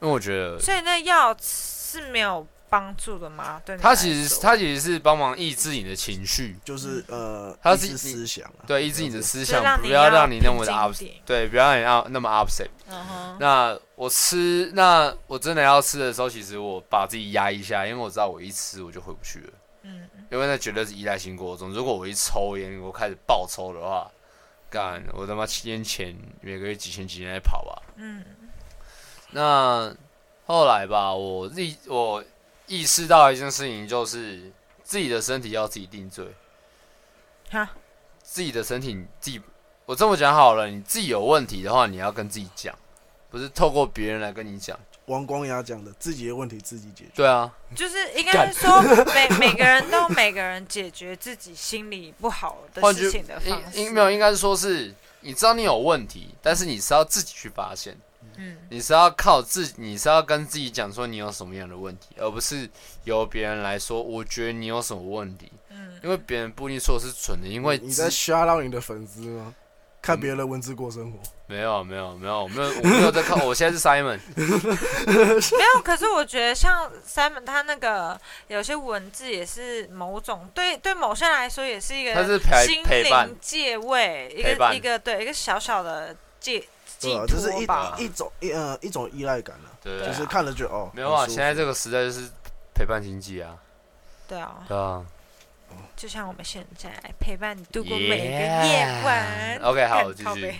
A: 因为我觉得
C: 所以那药是没有帮助的吗？对你
A: 他
C: 来
A: 其实
C: 说
A: 他其实是帮忙抑制你的情绪，
B: 就是呃，
A: 他
B: 抑
A: 是
B: 制
A: 你
B: 思想啊，
A: 对，抑制你的思
B: 思
C: 就
A: 想，
C: 让
A: 不要让你
C: 你
A: 那么的 up，
C: upset。
A: 对，不要让你啊那么 upset。
C: 嗯哼，
A: 那我吃，那我真的要吃的时候，其实我把自己压一下，因为我知道我一吃我就回不去了，
C: 嗯，
A: 因为那绝对是依赖性过重。如果我一抽烟，我开始暴抽的话，干我他妈七年前每个月几千几千在跑吧。
C: 嗯，
A: 那后来吧，我意我意识到一件事情，就是自己的身体要自己定罪。
C: 哈，
A: 自己的身体，你自己，我这么讲好了，你自己有问题的话，你要跟自己讲，不是透过别人来跟你讲。
B: 王光亚讲的，自己的问题自己解决。
A: 对啊，
C: 就是应该是说每每个人都有每个人解决自己心里不好的
A: 换句
C: 事情的方
A: 应
C: 式，
A: 应没有，应该是说是你知道你有问题，但是你是要自己去发现，
C: 嗯
A: 你是要靠自己，你是要跟自己讲说你有什么样的问题，而不是由别人来说，我觉得你有什么问题，
C: 嗯，
A: 因为别人不一定说是蠢的，因为
B: 你
A: 自
B: 在瞎到你的粉丝吗？看别人的文字过生活，
A: 没有没有没有没有我没有在看，我现在是 Simon，
C: 没有。可是我觉得像 Simon 他那个有些文字也是某种对对某些人来说也是一个
A: 他是陪
C: 心
A: 陪伴
C: 灵，界位，一
A: 陪伴
C: 个一个对一个小小的界寄
B: 对啊，就是
C: 托吧。
B: 一一种一呃一种依赖感啊，
A: 对
B: 就
A: 啊
B: 是看了就哦，
A: 没有啊，
B: 很舒服
A: 现在这个时代就是陪伴经济啊，
C: 对啊，
A: 对啊。
C: 就像我们现在陪伴你度过每一个夜晚。
A: OK，好，哦
C: 干
A: 我继
C: 靠
A: 续
C: 背。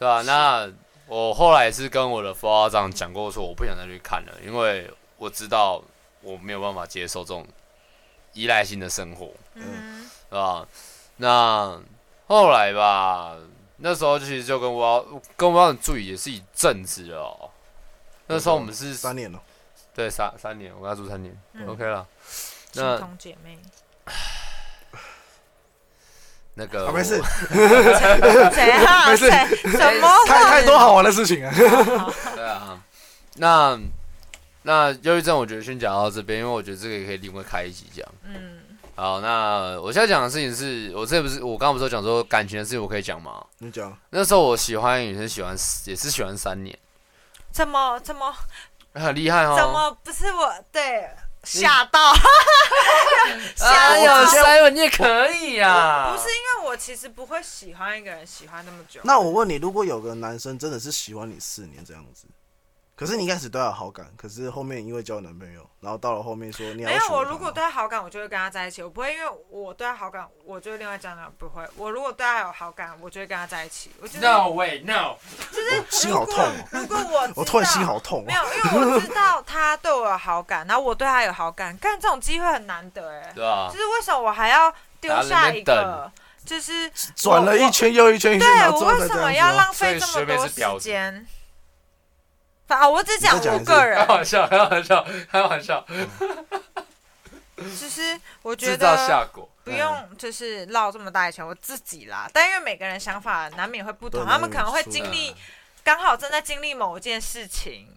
A: 对啊，那我后来是跟我的副校长讲过，说我不想再去看了，因为我知道我没有办法接受这种依赖性的生活，
C: 嗯
A: 对吧？那后来吧，那时候其实就跟我跟我长住也是一阵子了哦、那时候我们是
B: 三年了，
A: 对三三年，我跟他住三年、
C: 嗯
A: o k 了。
C: 青
A: 那
C: 铜姐妹，
A: 那个
B: 啊没事
A: 呃我
C: 谁 啊？
B: 没事
C: 谁？什么
B: 太
C: 话？
B: 太多好玩的事情啊，
A: 对啊，那那忧郁症，我觉得先讲到这边，因为我觉得这个也可以另外开一集讲。
C: 嗯，
A: 好，那我现在讲的事情是我这不是我刚刚不是有讲说感情的事情我可以讲吗？
B: 你讲
A: 那时候我喜欢女生，喜欢也是喜欢三年，
C: 怎么怎么
A: 很厉害
C: 怎
A: 哦。
C: 么不是我？对，吓到，吓
A: 哎
C: 到。
A: 呦，Simon 你也可以啊。
C: 不是因为我其实不会喜欢一个人喜欢那么久。
B: 那我问你，如果有个男生真的是喜欢你四年这样子，可是你一开始对他有好感，可是后面因为交男朋友，然后到了后面说你要
C: 没
B: 娶
C: 有，我
B: 她
C: 如果对他好感，我就会跟他在一起，我不会因为我对他好感，我就会另外讲讲不会。我如果对他有好感，我就会跟他在一起。我就是
A: No way, no。
B: 心好痛哦，
C: 如果我知道
B: 我突然心好痛
C: 没
B: 哦，
C: 有，因为我知道他对我有好感，然后我对他有好感，干这种机会很难得哎、
A: 对啊
C: 就，是为什么我还要丢下
A: 然后
C: 一
A: 在那
C: 个？就是
B: 转了一圈又一圈，
C: 对
B: 然后
C: 我
B: 最后
C: 为
B: 再
C: 什
B: 这
C: 么
B: 样
C: 要
B: 子哦
C: 浪费这
A: 所以
C: 么
A: 学妹
C: 多
A: 是婊
C: 时
A: 子
C: 间？啊，我只讲
B: 你再讲
C: 我
B: 一次
C: 个人
A: 开，玩笑，开玩笑，开玩笑，
C: 就是我觉
A: 制造
C: 得
A: 效果。
C: 不用就是绕这么大一圈，我自己啦。但因为每个人想法难免会不同，
B: 对
C: 他们可能会
B: 难免
C: 经
B: 不
C: 历，刚好正在经历某件事情，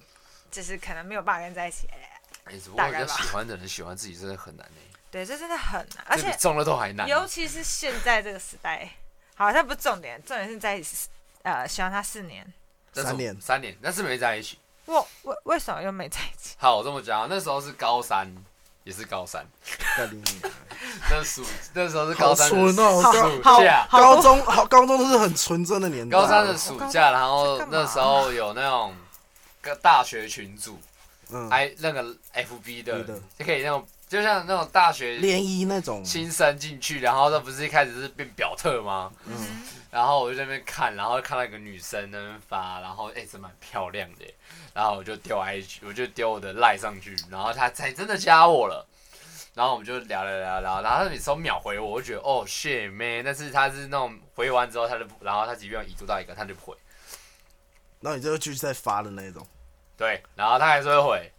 C: 就是可能没有办法跟在一起。哎
A: 哎，只不过
C: 大
A: 人
C: 概
A: 家
C: 吧
A: 喜欢的人喜欢自己真的很难哎，
C: 对，这真的很难，而
A: 这比
C: 且
A: 中了头还难。
C: 尤其是现在这个时代，好像不是重点，重点是在呃喜欢他四年，
A: 但是我
B: 三年
A: 三年，但是没在一起。
C: 我为为什么又没在一起？
A: 好，我这么讲啊，那时候是高三，也是高三，
B: 干你 娘
A: 那暑 那时候是
B: 好
A: 高三的
B: 纯哦，
C: 好
B: 高
A: 暑
C: 好
A: 假，
C: 好
B: 高中好高中都是很纯真的年代，哦
A: 高三的暑假，然后
C: 这干嘛
A: 那时候有那种个大学群组
B: 嗯
A: ，I 那个 FB 的
B: 对的
A: 就可以那种，就像那种大学
B: 联谊那种，
A: 新生进去，然后那不是一开始是变表特吗？
B: 嗯
A: 然后我就在那边看，然后看到一个女生在那边发，然后哎、真蛮漂亮的耶，然后我就丢 IG，我就丢我的赖上去，然后她才真的加我了。然后我们就聊聊聊聊，然后他每次都秒回我，我就觉得哦 shit man，但是他是那种回完之后他就不，然后他即便已读到一个他就不回，
B: 然后你就继续再发的那一种。
A: 对，然后他还是会回，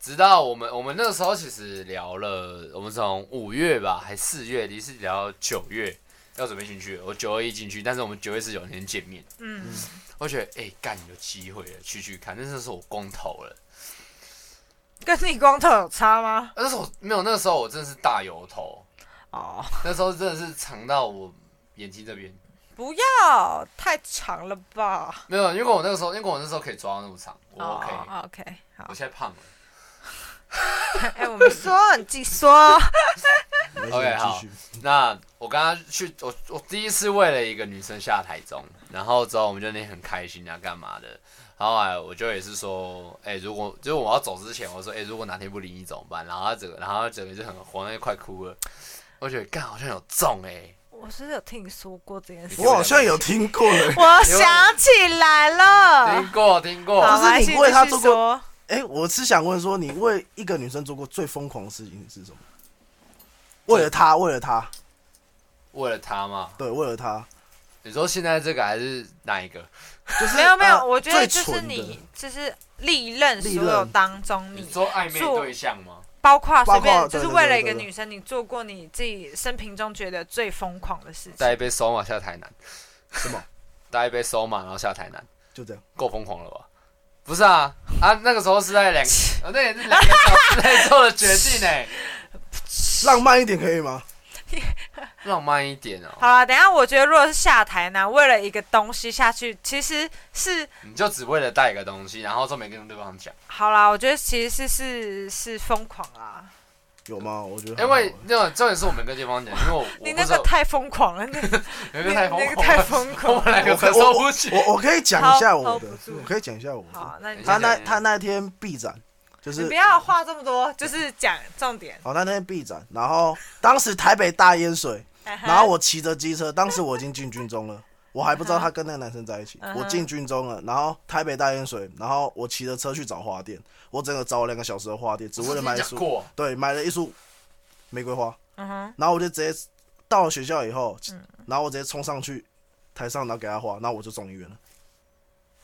A: 直到我们我们那时候其实聊了，我们从五月吧还四月，离是聊到九月要准备进去了，我九月一进去，但是我们九月十九天见面。
C: 嗯，
A: 我觉得哎，欸干、有机会了，去去看。那时候是我公投了，
C: 跟你光头有差吗？
A: 那时候没有，那时候我真的是大油头，
C: 哦，
A: 那时候真的是长到我眼睛这边。
C: 不要太长了吧？
A: 没有，因为我那个时候，因为我那时候可以抓到那么长，我 OK，、
C: 哦，OK，好
A: 我。现在胖了。
C: 哎，我们说你自己说，
B: 没事
A: OK，好
B: 继续。
A: 那我刚刚去，我我第一次为了一个女生下台中，然后之后我们就那天很开心啊，干嘛的？然后来我就也是说，哎、如果就是我要走之前，我说，哎、如果哪天不理你怎么办？然后他整个，然后他整个就很慌，就快哭了。我觉得干好像有中哎、
C: 我是有听你说过这件事，
A: 你
B: 我好像有听过了。
C: 我想起来了
A: 听。过听过，
C: 啊好，
B: 就是
C: 来
B: 你
C: 请
B: 为他
C: 继续
B: 做过
C: 说。
B: 哎、我是想问说，你为一个女生做过最疯狂的事情是什么？为了她，为了她，
A: 为了他嘛？
B: 对，为了她，
A: 你说现在这个还是哪一个？
B: 就是
C: 没有没有，
B: 呃
C: 我觉得
B: 最
C: 就是
B: 蠢的
C: 你，就是历任所
B: 历
C: 有
B: 任
C: 当中，
A: 你
C: 你
A: 说暧昧
C: 做
A: 对象吗？
C: 包括随
B: 包括
C: 便就
B: 对
C: 是
B: 对
C: 为
B: 对
C: 了
B: 对
C: 一个
B: 对
C: 女生，你做过你自己生平中觉得最疯狂的事
A: 带
C: 情。
A: 一杯手马下台南，
B: 什么，
A: 带一杯手马然后下台南，
B: 就这样。
A: 够疯狂了吧？不是啊啊，那个时候是在两，呃那也是两个小时内做的决定哎、
B: 浪漫一点可以吗？
A: 浪漫一点哦、
C: 好了，等一下我觉得如果是下台呢，为了一个东西下去，其实是
A: 你就只为了带一个东西，然后都没跟对方讲，
C: 好啦，我觉得其实是是是疯狂啊！
B: 有吗？我觉得
A: 因为
B: 很好玩
A: 那种重点是我没跟对方讲，因为我我
C: 你
A: 不
C: 那
A: 知
C: 个
A: 道，
C: 太疯狂了，那个
A: 那
C: 那
A: 个
C: 个
A: 太疯
C: 那个
A: 狂
C: 太
A: 了，我
C: 疯
A: 们
C: 狂
A: 两个
C: 了。
A: 承受不起。
B: 我我可以讲一下我的
C: 好 hold 不，住
B: 我可以讲一下我的。
C: 好，那
A: 等
C: 你
A: 一
B: 他
A: 下
B: 那他那天闭展，就
C: 你
B: 是
C: 不要话这么多，就是讲重点。
B: 哦，那天闭展，然后当时台北大淹水，然
C: 然
B: 后我骑着机车，当时我已经进军中了， 我还不知道他跟那个男生在一起
C: 嗯，哼
B: 我进军中了，然后台北大淹水，然后我骑着车去找花店，我整个找了两个小时的花店，只为了买一
A: 讲
B: 束，
A: 过，
B: 对，买了一束玫瑰花，
C: 嗯哼，
B: 然后我就直接到了学校以后，然后我直接冲上去台上，然后给他花，然后我就送医院了。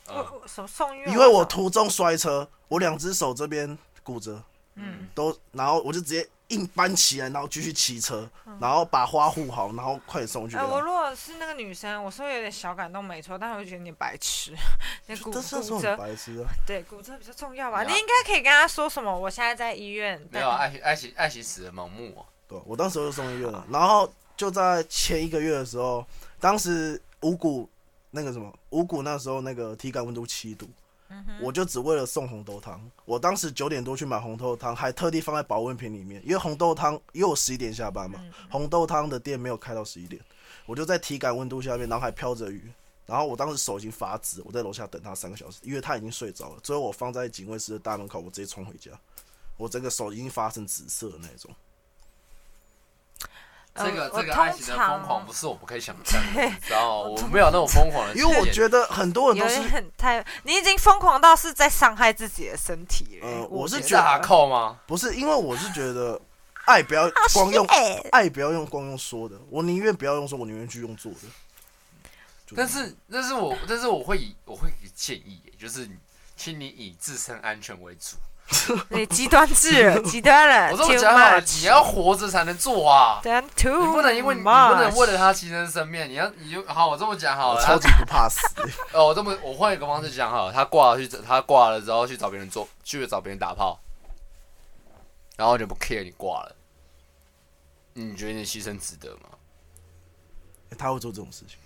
A: 嗯，
C: 我我什么送啊医院？
B: 因为我途中摔车，我两只手这边骨折，
C: 嗯
B: 都，然后我就直接硬搬起来，然后继续骑车，然后把花护好，然后快点送去给
C: 哎、
B: 他。
C: 我如果是那个女生，我是会有点小感动，没错，但我会觉得你白痴， 你骨
B: 但是那时候
C: 骨
B: 很
C: 折，
B: 白痴啊，
C: 对，骨折比较重要吧？
A: 没有啊
C: 你应该可以跟她说什么？我现在在医院，
A: 没有啊
C: 但
A: 爱情爱情爱情死的盲目哦、
B: 对，我当时就送医院了。然后就在前一个月的时候，当时五谷那个什么五谷那时候那个体感温度七度，
C: 嗯哼，
B: 我就只为了送红豆汤。我当时九点多去买红豆汤，还特地放在保温瓶里面，因为红豆汤因为我十一点下班嘛，
C: 嗯
B: 红豆汤的店没有开到十一点，我就在体感温度下面，然后还飘着雨。然后我当时手已经发紫，我在楼下等他三个小时，因为他已经睡着了。最后我放在警卫室的大门口，我直接冲回家，我整个手已经发生紫色的那种。
C: 呃
A: 这个
C: 我
A: 这个
C: 通
A: 爱情的
C: 常
A: 疯狂不是我不可以想象的，你知道吗我没有那种疯狂的经
B: 因
A: 验，
B: 为我觉得很多人
C: 有
B: 都是
C: 点，很太，你已经疯狂到是在伤害自己的身体了。
B: 呃我是
A: 你
C: 觉
A: 是哈
C: 得，
A: 扣吗？
B: 不是因为我是觉得爱不要光用
C: 哎
B: 爱不要用光用说的，我宁愿不要用说，我宁愿去用做的。就
A: 但是，但是我，但是我会以我会给建议耶，就是你请你以自身安全为主。
C: 你极端至 了，极端了
A: 我
C: 啊，too
A: 这么讲好了，你
C: much。
A: 要活着才能做啊，
C: Then too
A: 你
C: much，
A: 不能因为你你不能为了他牺牲生命，你要你就好。我这么讲好
B: 我
A: 了，他
B: 超级不怕死的、欸
A: 呃，我这么我换一个方式讲好了，他挂了去，他挂了之后去找别人做，去找别人打炮，然后就不 care 你挂了，你觉得你的牺牲值得吗？
B: 他会做这种事情，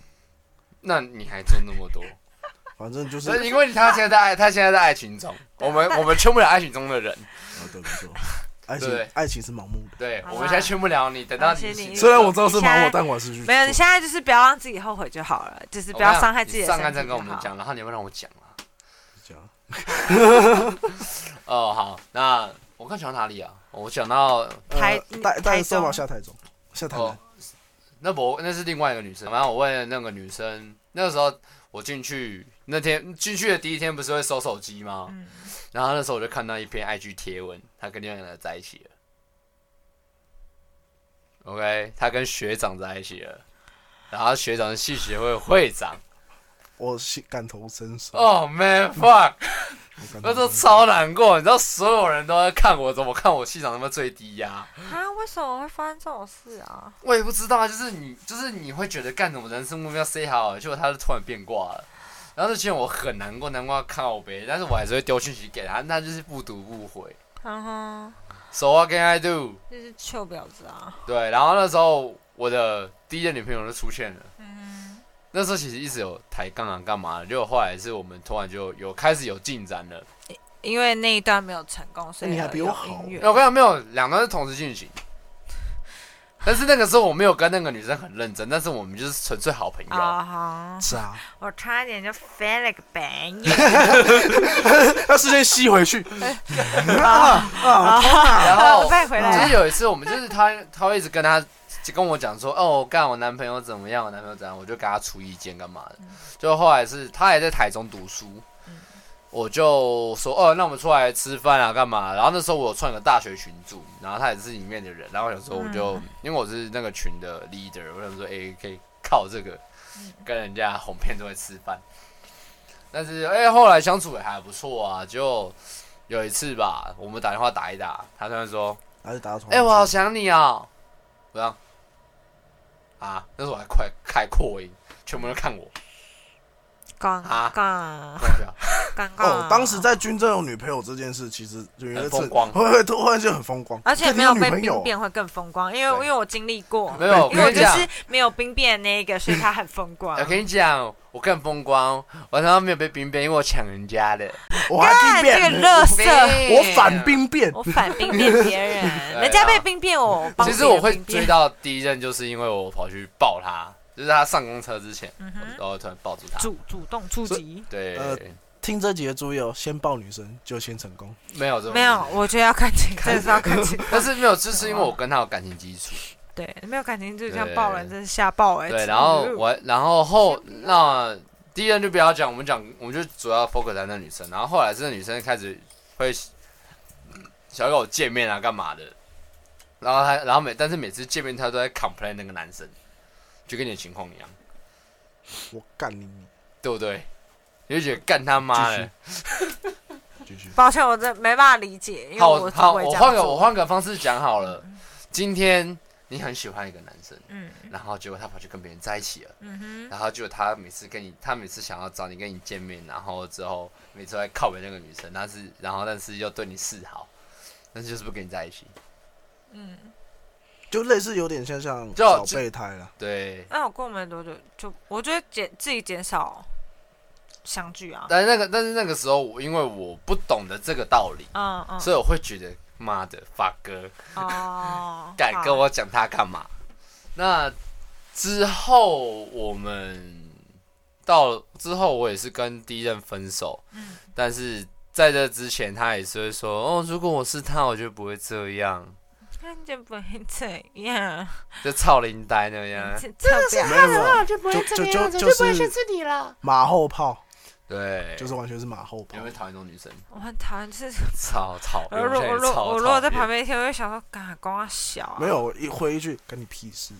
A: 那你还做那么多？
B: 反正就是
A: 所以，因为他现在在爱，他现在在爱情中，我们我们劝不了爱情中的人。
B: 啊，对，没错，爱情
A: 对
B: 爱情是盲目的。
A: 对，
C: 好
A: 我
C: 啦
A: 们现在劝不了你，等到
C: 而且
A: 你
C: 你
B: 虽然我知
A: 这
B: 道是盲
C: 现在
B: 目，但我还是去做。
C: 没有，你现在就是不要让自己后悔就好了，就是不要伤害自己的
A: 上
C: 身体。
A: 岸再跟我们，讲，然后你会让我讲啊。
B: 这样
A: 哦，好，那我刚讲到哪里啊？我讲到
C: 台
B: 呃带
C: 台
B: 带
C: 中
B: 收马下台中，下台
A: 哦
B: 南。，
A: 那我那是另外一个女生，然后我问了那个女生，那个时候我进去那天进去的第一天不是会收手机吗？
C: 嗯
A: 然后那时候我就看到一篇 IG 贴文，她跟另外一个人在一起了。 OK，他跟学长在一起了，然后学长是系学会会长。
B: 我是感同身受。
A: Oh man fuck！
B: 感
A: 我都
B: 同身受
A: 超难过，你知道所有人都在看我，怎么看我气场他妈最低呀、
C: 啊，为什么会发生这种事啊？
A: 我也不知道啊，就是你，就是你会觉得干什么人生目标 say 好，结果他就突然变卦了。然后这期我很难过，难过靠呗，但是我还是会丢讯息给他，那就是不读不回。
C: 然后
A: So what can I do？
C: 就是臭婊子啊，
A: 对，然后那时候我的第一任女朋友就出现了。
C: 嗯，
A: 那时候其实一直有抬杠啊，干嘛的？结果后来是我们突然就有开始有进展了。
C: 因为那一段没有成功，
A: 哎
C: 所以
B: 你还比我
C: 有
B: 好
C: 音
A: 我
C: 乐
A: 跟你讲，没有，两段是同时进行。但是那个时候我没有跟那个女生很认真，但是我们就是纯粹好朋友。
C: 啊哈，
B: 是啊，
C: 我差一点就翻了个白眼。
B: 要事先吸回去。
C: 哎
B: 啊啊！
A: 然
C: 啊，
A: 后
C: 我再回
A: 就
C: 来
A: 是有一次，我们就是他，他会一直跟他就跟我讲说，哦，我干我男朋友怎么样，我男朋友怎样，我就给他出意见干嘛的。就后来是他也在台中读书，我就说，哦，那我们出来吃饭啊，干嘛？然后那时候我有创一个大学群组，然后他也是里面的人，然后有时候我就、因为我是那个群的 leader，我想说，哎、可以靠这个跟人家哄骗出来吃饭。但是哎、后来相处也还不错啊，就。有一次吧，我们打电话打一打，他突然说：“
B: 还是打到床。
A: 哎、我好想你哦！怎样？啊，那时候我还快开扩音，全部都看我，
C: 刚
A: 啊
C: 刚
A: 看一下
C: 刚刚，
B: 哦，当时在军政有女朋友这件事，其实就有一
A: 很
B: 次
A: 风光
B: 会会突然就很风光，
C: 而且
B: 看你
C: 没有
B: 女
C: 被
B: 朋
C: 兵
B: 友
C: 变会更风光，因为
A: 对
C: 因为我经历过，
A: 没有，我
C: 因为我
A: 跟你
C: 就
A: 讲，哎
C: 是没有兵变那一个，所以他很风光
A: 我。跟你讲，我更风光，我他妈没有被兵变，因为我抢人家的，
B: 我还兵
C: 这个
B: 变，
C: 乐色，
A: 我
B: 我反。兵变，
C: 我反兵变别 人，人家被兵变我，我帮
A: 哎其实
C: 别人
A: 我会
C: 兵变
A: 追，到第一任，就是因为我跑去抱他，就是他上公车之前，然后突然抱住他。
C: 嗯主主动出
B: 所
C: 击。
A: 对，
B: 呃听这集的注意哦，先抱女生就先成功。
A: 没有这种
C: 没有，
A: 事情，
C: 我觉得要看情，真的是要看情况。
A: 但是没有，就是因为我跟他有感情基础。
C: 对，没有感情就这样
A: 对
C: 爆人，真是吓爆哎、
A: 对，
C: 真
A: 然后
C: 的
A: 我，然后后那第一任就不要讲，我们讲，我们就主要 focus 在那女生。然后后来是那女生开始会想要跟我见面啊，干嘛的。然后她，然后每但是每次见面她都在 complain 那个男生，就跟你的情况一样，
B: 我干你你
A: 对不对？你就觉得干他妈的。
B: 继续。
C: 抱歉，我真没办法理解，因为
A: 好，
C: 我
A: 好，
C: 我
A: 我换个我换个方式讲好了。今天你很喜欢一个男生，
C: 嗯
A: 然后结果他跑去跟别人在一起了。
C: 嗯
A: 然后就他每次跟你，他每次想要找你跟你见面，然后之后每次都在靠北那个女生，但是然后但是又对你示好，但是就是不跟你在一起。
C: 哼嗯，
B: 就类似有点像像
A: 就
B: 小备胎了，
A: 对，
C: 那我过没多久就，我觉得减自己减少相聚啊，
A: 但是那个但是那个时候我因为我不懂得这个道理，
C: 嗯嗯
A: 所以我会觉得妈的发哥
C: 哦，
A: 敢跟我讲他干嘛？那之后我们到之后我也是跟第一任分手，
C: 嗯
A: 但是在这之前他也是会说哦，如果我是他，我就不会这样。
C: 看就不会这样，
A: 就操林呆那样。
C: 这这
B: 没
C: 表
D: 啊
B: 有没有，啊就就就就是
D: 你了。
B: 马后炮，
A: 对，
B: 就是完全是马后炮
A: 有没。有讨厌这种女 生？
C: 我很讨厌，就是
A: 超讨
C: 我
A: 厌，
C: 如
A: 现在
C: 我如
A: 超
C: 我如果
A: 讨
C: 在
A: 厌
C: 旁。边听，我就想说，敢光啊小啊，
B: 没有，我一回一句干你屁事，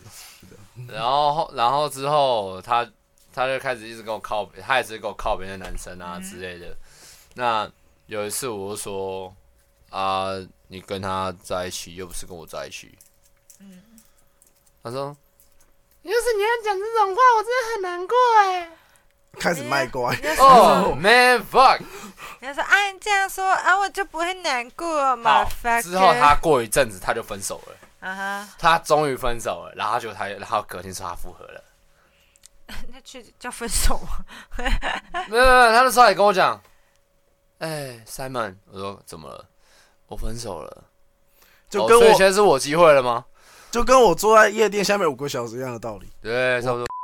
A: 然后后然后之后他他就开始一直跟我靠，他也是跟我靠别的男生啊
C: 嗯
A: 之类的。那有一次我就说啊，你跟他在一起又不是跟我在一起。
C: 嗯
A: 他说
D: 要是你要讲这种话，我真的很难过哎。
B: 开始卖乖。
C: 人家说
A: 哦、m a n fuck。
C: 人家说啊，你这样说啊，我就不会难过嘛。
A: 好
C: motherfucker
A: 之后他过一阵子他就分手了，
C: 啊哈，
A: 他终于分手了，然后就他然后隔天说他复合了。
C: 那去叫分手吗？
A: 没有没有，他那时候也跟我讲，哎，Simon，我说怎么了？我分手了，
B: 就
A: 哦
B: 跟
A: 所以现
B: 我
A: 在是我机会了吗？
B: 就跟我坐在夜店下面五个小时一样的道理。
A: 对，差不多。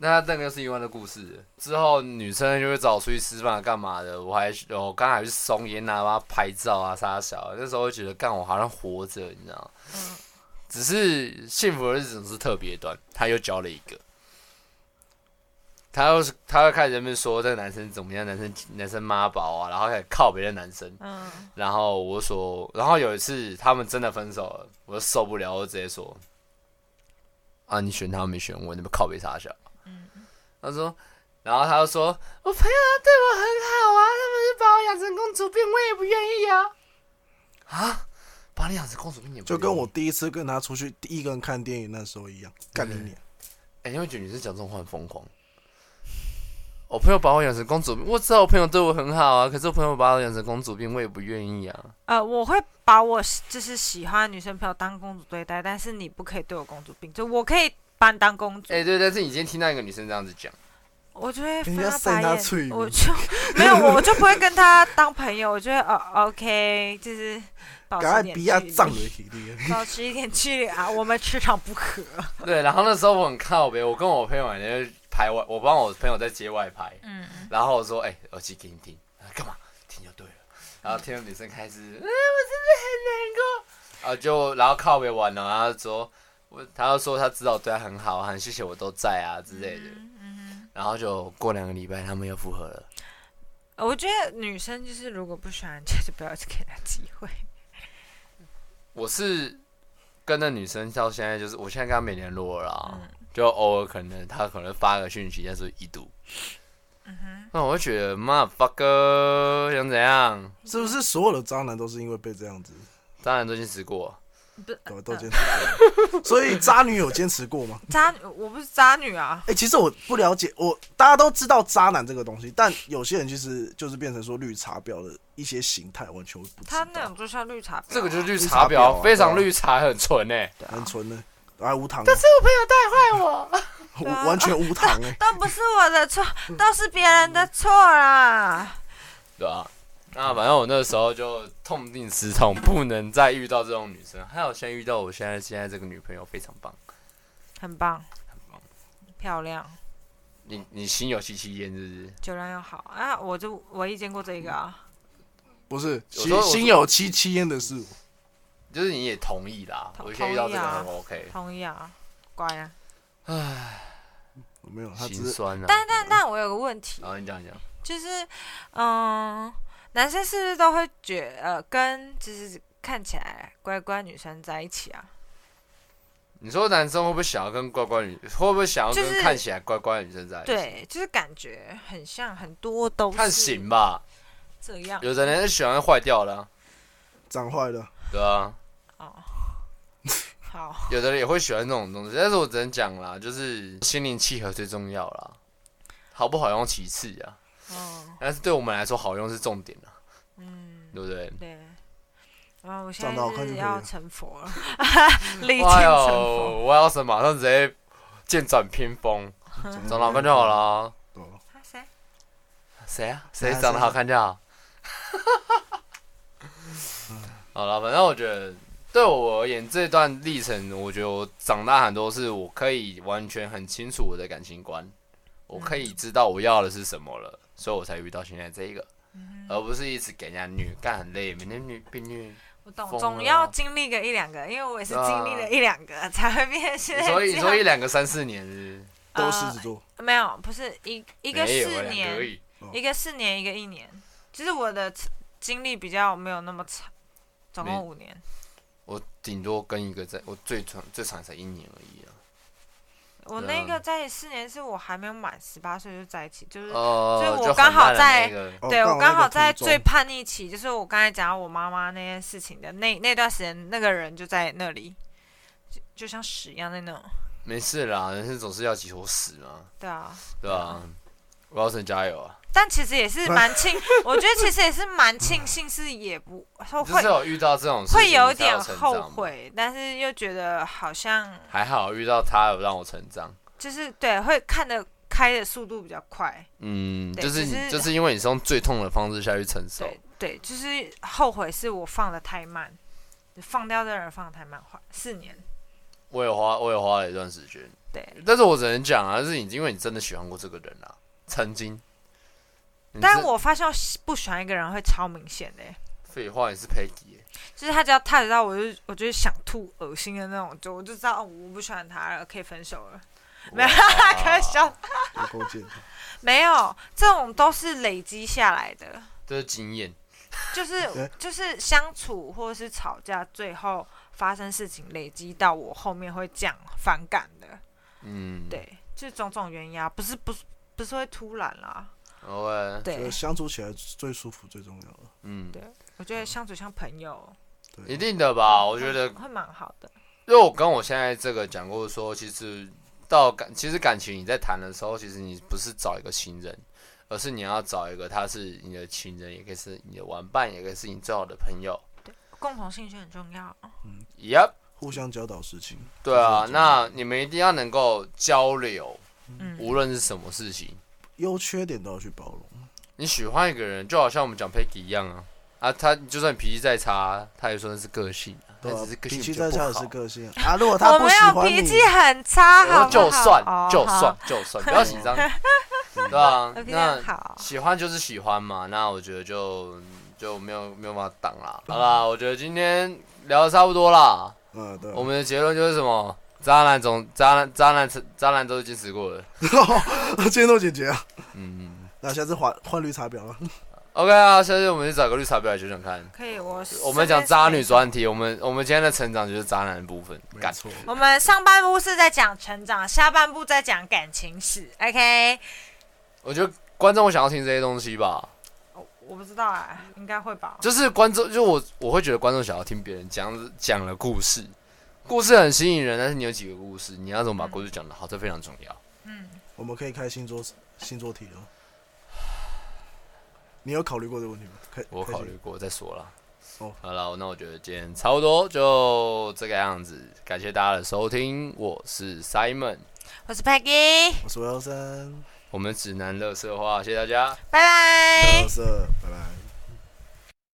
A: 那那个又是一万的故事。之后女生就会找我出去吃饭干嘛的，我还哦我刚还去松烟啊，帮她拍照啊，啥小。那时候就觉得干我好像活着，你知道吗？
C: 嗯
A: 只是幸福的日子总是特别短，他又交了一个，他又是他会开始在那边说这个男生怎么样，男生男生妈宝啊，然后开始靠别的男生，
C: 嗯，
A: 然后我说，然后有一次他们真的分手了，我就受不了，我就直接说，啊，你选他没选我，你们靠北傻笑。他说，然后他就说，
D: 我朋友
A: 啊
D: 他对我很好啊，他们是把我养成公主病，我也不愿意啊。
A: 啊，把你养成公主病也不
B: 就
A: 用
B: 跟我，第一次跟他出去第一个人看电影那时候一样，干你娘！
A: 哎、你会觉得女生讲这种话很疯狂。我朋友把我养成公主病，我知道我朋友对我很好啊，可是我朋友把我养成公主病，我也不愿意啊。
C: 呃，我会把我喜就是喜欢的女生朋友当公主对待，但是你不可以对我公主病，就我可以把你当公主，
A: 哎、对，但是你今天听到一个女生这样子讲，
C: 我就会
B: 人
C: 翻
B: 家
C: 他
B: 扇
C: 白
B: 他
C: 眼，
B: 脆
C: 我
B: 弱
C: 就没有，我就不会跟他当朋友，我就会哦，OK，就是保
B: 赶快
C: 持一点
B: 比亚
C: 距离，
B: 藏人体 力，
C: 保持一点距离啊，我们磁场不合。
A: 对，然后那时候我很靠北，我跟我朋友在那拍外，我帮我朋友在接外拍，
C: 嗯，
A: 然后我说，哎、耳机给你听，他说干嘛？听就对了。然后听到女生开始，嗯、我真的很难过。然后啊就然后靠北完了，然后说，我他就说他知道我对他很好，很谢谢我都在啊之类的。然后就过两个礼拜，他们又复合了。
C: 我觉得女生就是如果不喜欢人家，就不要去给他机会。
A: 我是跟那女生到现在就是，我现在跟她没联络了啊、
C: 嗯
A: 就偶尔可能她可能发个讯息，但是已读。
C: 嗯
A: 那我会觉得妈 fuck 想怎样？
B: 是不是所有的渣男都是因为被这样子
A: 当然都坚持过，
C: 不
B: 都
C: 是
B: 都坚持 过？所以渣女有坚持过吗？
C: 渣女，我不是渣女啊。
B: 哎、其实我不了解，我大家都知道渣男这个东西，但有些人其实就是变成说绿茶婊的一些形态，完全不知
C: 他那
B: 道
C: 种，就像绿茶婊啊，
A: 这个就是绿
B: 绿
A: 茶
B: 茶婊
A: 婊，
B: 啊
A: 非常绿茶，很纯哎、
C: 对啊
B: 很纯的，啊无糖的，
D: 是我朋友带坏我，
B: 我
C: 对啊
B: 完全无糖 哎、
C: 都不是我的错，都是别人的错啦。
A: 对啊。那反正我那时候就痛定思痛，不能再遇到这种女生。还有现在遇到我现在现在这个女朋友非常棒，
C: 很棒，
A: 很棒。
C: 漂亮，
A: 你你心有戚戚焉是不是？
C: 酒量又好啊！我就唯一见过这一个啊，
B: 不是
A: 有时候
B: 心心有戚戚焉的是我，
A: 就是你也同意啦。
C: 同
A: 我现在遇到这个
C: 同意啊
A: 很 OK。
C: 同意啊，乖啊。
B: 我没有，他只
A: 心
B: 是
A: 酸啊。
C: 但但但我有个问
A: 哦
C: 题，
A: 然后你讲讲，
C: 就是嗯，男生是不是都会觉呃跟就是看起来乖乖女生在一起啊？
A: 你说男生会不会想要跟乖乖女，会不会想要
C: 就
A: 跟
C: 是
A: 看起来乖乖的女生在一起？，
C: 对，就是感觉很像，很多都
A: 看
C: 是
A: 型吧，
C: 这样
A: 有的人喜欢坏掉了啊，
B: 长坏 了，
A: 对啊，
C: 哦。好，
A: 有的人也会喜欢这种东西，但是我只能讲啦，就是心灵契合最重要啦，好不好用其次啊，
C: 嗯
A: 但是对我们来说好用是重点啊，
C: 嗯，
A: 对不对？
C: 对。啊，我现
B: 长得好
C: 在
B: 看
C: 是
B: 就可以
C: 要
B: 了
C: 成佛了， 历经
A: 哎呦
C: 成佛。，
A: 我要是马上直接剑转偏锋，
C: 嗯
B: 嗯
A: 长得好看就好了啊。
B: 对啊。
C: 他谁？
A: 谁啊？谁
B: 啊
A: 长得
B: 谁
A: 好看就好。 好了，反正我觉得对我而言，这段历程，我觉得我长大很多，是我可以完全很清楚我的感情观，我可
C: 嗯
A: 以知道我要的是什么了，所以我才遇到现在这一个，
C: 嗯
A: 而不是一直给人家虐，干很累，每天虐被 虐，
C: 我懂，
A: 疯了哦啊
C: 总要经历个一两个，因为我也是经历了一两个才会变成现在
A: 所以
C: 这
A: 所以
C: 样
A: 两个三四年是
B: 都是狮子座，
C: 没有，不是一一
A: 一
C: 个四
A: 两个而
C: 年，
A: 已，
C: 一个四年，一个一年，就是我的经历比较没有那么长，总
A: 没
C: 共五年，
A: 我顶多跟一个在我最长最长才一年而已
C: 嗯
A: 啊。
C: 我
A: 对啊
C: 那个在一起四年是我还没有满十八岁就在一起，就是。
A: 哦、
C: 所以我
A: 就很
C: 刚好
A: 烂的
C: 在
A: 那个
B: 哦
C: 呃对我
B: 那
C: 刚
B: 个
C: 好
B: 途
C: 在
B: 中
C: 最叛逆期，就是我刚才讲到我妈妈那件事情的那那段时间，那个人就在那里，就就像屎一样在那种。
A: 没事啦，人生总是要几坨屎嘛。
C: 对啊，
A: 对啊，我要神加油啊！
C: 但其实也是蛮 庆，我觉得其实也是蛮庆幸，是也不
A: 就
C: 会
A: 是
C: 哦会
A: 有遇到这种事情
C: 会有
A: 才
C: 点
A: 成长
C: 后
A: 嘛，
C: 悔，但是又觉得好像
A: 还好遇到他有让我成长。
C: 就是对会看得开的速度比较快，
A: 嗯，
C: 对
A: 就是
C: 只
A: 你
C: 是
A: 就是因为你是用最痛的方式下去承受，
C: 对对，就是后悔是我放的太慢，放掉的人放的太慢，花四年，
A: 我也花我也花了一段时间，
C: 对
A: 但是我只能讲啊，就是你因为你真的喜欢过这个人啊，曾经。你
C: 但
A: 是
C: 我发现我喜不喜欢一个人会超明显的欸、
A: 废话，你是 Peggy，耶
C: 就是他只要 touch 到我就我就是想吐、恶心的那种，就我就知道哦，我不喜欢他了，可以分手了。 没有，
A: 啊
C: 开玩 笑，
B: 有够 贱的。
C: 没有，这种都是累积下来的，
A: 这是经验。
C: 就是就是相处或者是吵架，最后发生事情累积到我后面会这样反感的，
A: 嗯，，
C: 对，就是种种原因啊，不是不是不是会突然啦，
A: 我也
C: 对
B: 就相处起来最舒服最重要了。
A: 啊嗯，
C: 对，我觉得相处像朋友
A: 一
B: 对，
A: 定的吧？
C: 嗯
A: 我觉得
C: 会会蛮好的，
A: 因为我跟我现在这个讲过说，其实到感，其实感情你在谈的时候，其实你不是找一个情人，而是你要找一个他是你的情人，也可以是你的玩伴，也可以是你最好的朋友。
C: 共同兴趣很重要，
A: Yep，
B: 互相教导事情。
A: 对啊
B: 就是，
A: 那你们一定要能够交流，
C: 嗯，
A: 无论是什么事情。
B: 优缺点都要去包容。
A: 你喜欢一个人，就好像我们讲 Peggy 一样啊，啊，他就算脾气再差，他也说那是个性啊，
B: 对
A: 他
B: 啊
A: 只是，个性
B: 脾气
A: 比
B: 再
A: 较
B: 差也
A: 不
B: 是
A: 好。
B: 个性啊。 如果他
C: 我
B: 不
C: 没
B: 喜
C: 有
B: 欢你
C: 脾，气很差，
A: 我
C: 好
A: 说
C: 不好？
A: 就算
C: 哦
A: 就
C: 好
A: 算就算，不要紧张，对啊，
C: 我脾气
A: 那
C: 很好，
A: 喜欢就是喜欢嘛，那我觉得就就没有没有办法挡啦。好啦，我觉得今天聊的差不多啦，
B: 嗯，对。
A: 我们的结论就是什么？渣男总渣男渣男渣男都是坚持过的，
B: 今天都解决啊。
A: 嗯
B: 那下次换换绿茶婊了。
A: ，OK 啊，下次我们去找个绿茶婊来讲讲看。
C: 可以，我
A: 我们讲
C: 身边是
A: 渣
C: 没
A: 女
C: 什么
A: 专题，我们我们今天的成长就是渣男的部分，干
B: 错，
C: 我们上半部是在讲成长，下半部在讲感情史。OK，
A: 我觉得观众会想要听这些东西吧，
C: 我我不知道哎、应该会吧。
A: 就是观众，就我我会觉得观众想要听别人讲讲的故事，故事很吸引人，但是你有几个故事，你要怎么把故事讲得好，这非常重要。
C: 嗯，
B: 我们可以开星座星座题了。你有考虑过这个问题吗？开
A: 我
B: 开
A: 考
B: 心
A: 虑过再说啦。
B: 哦
A: 好了，那我觉得今天差不多就这个样子，感谢大家的收听，我是 Simon，
C: 我是 Peggy，
B: 我是幺三，
A: 我们指南乐色话，谢谢大家。
C: 拜拜
B: 幺。三，拜拜。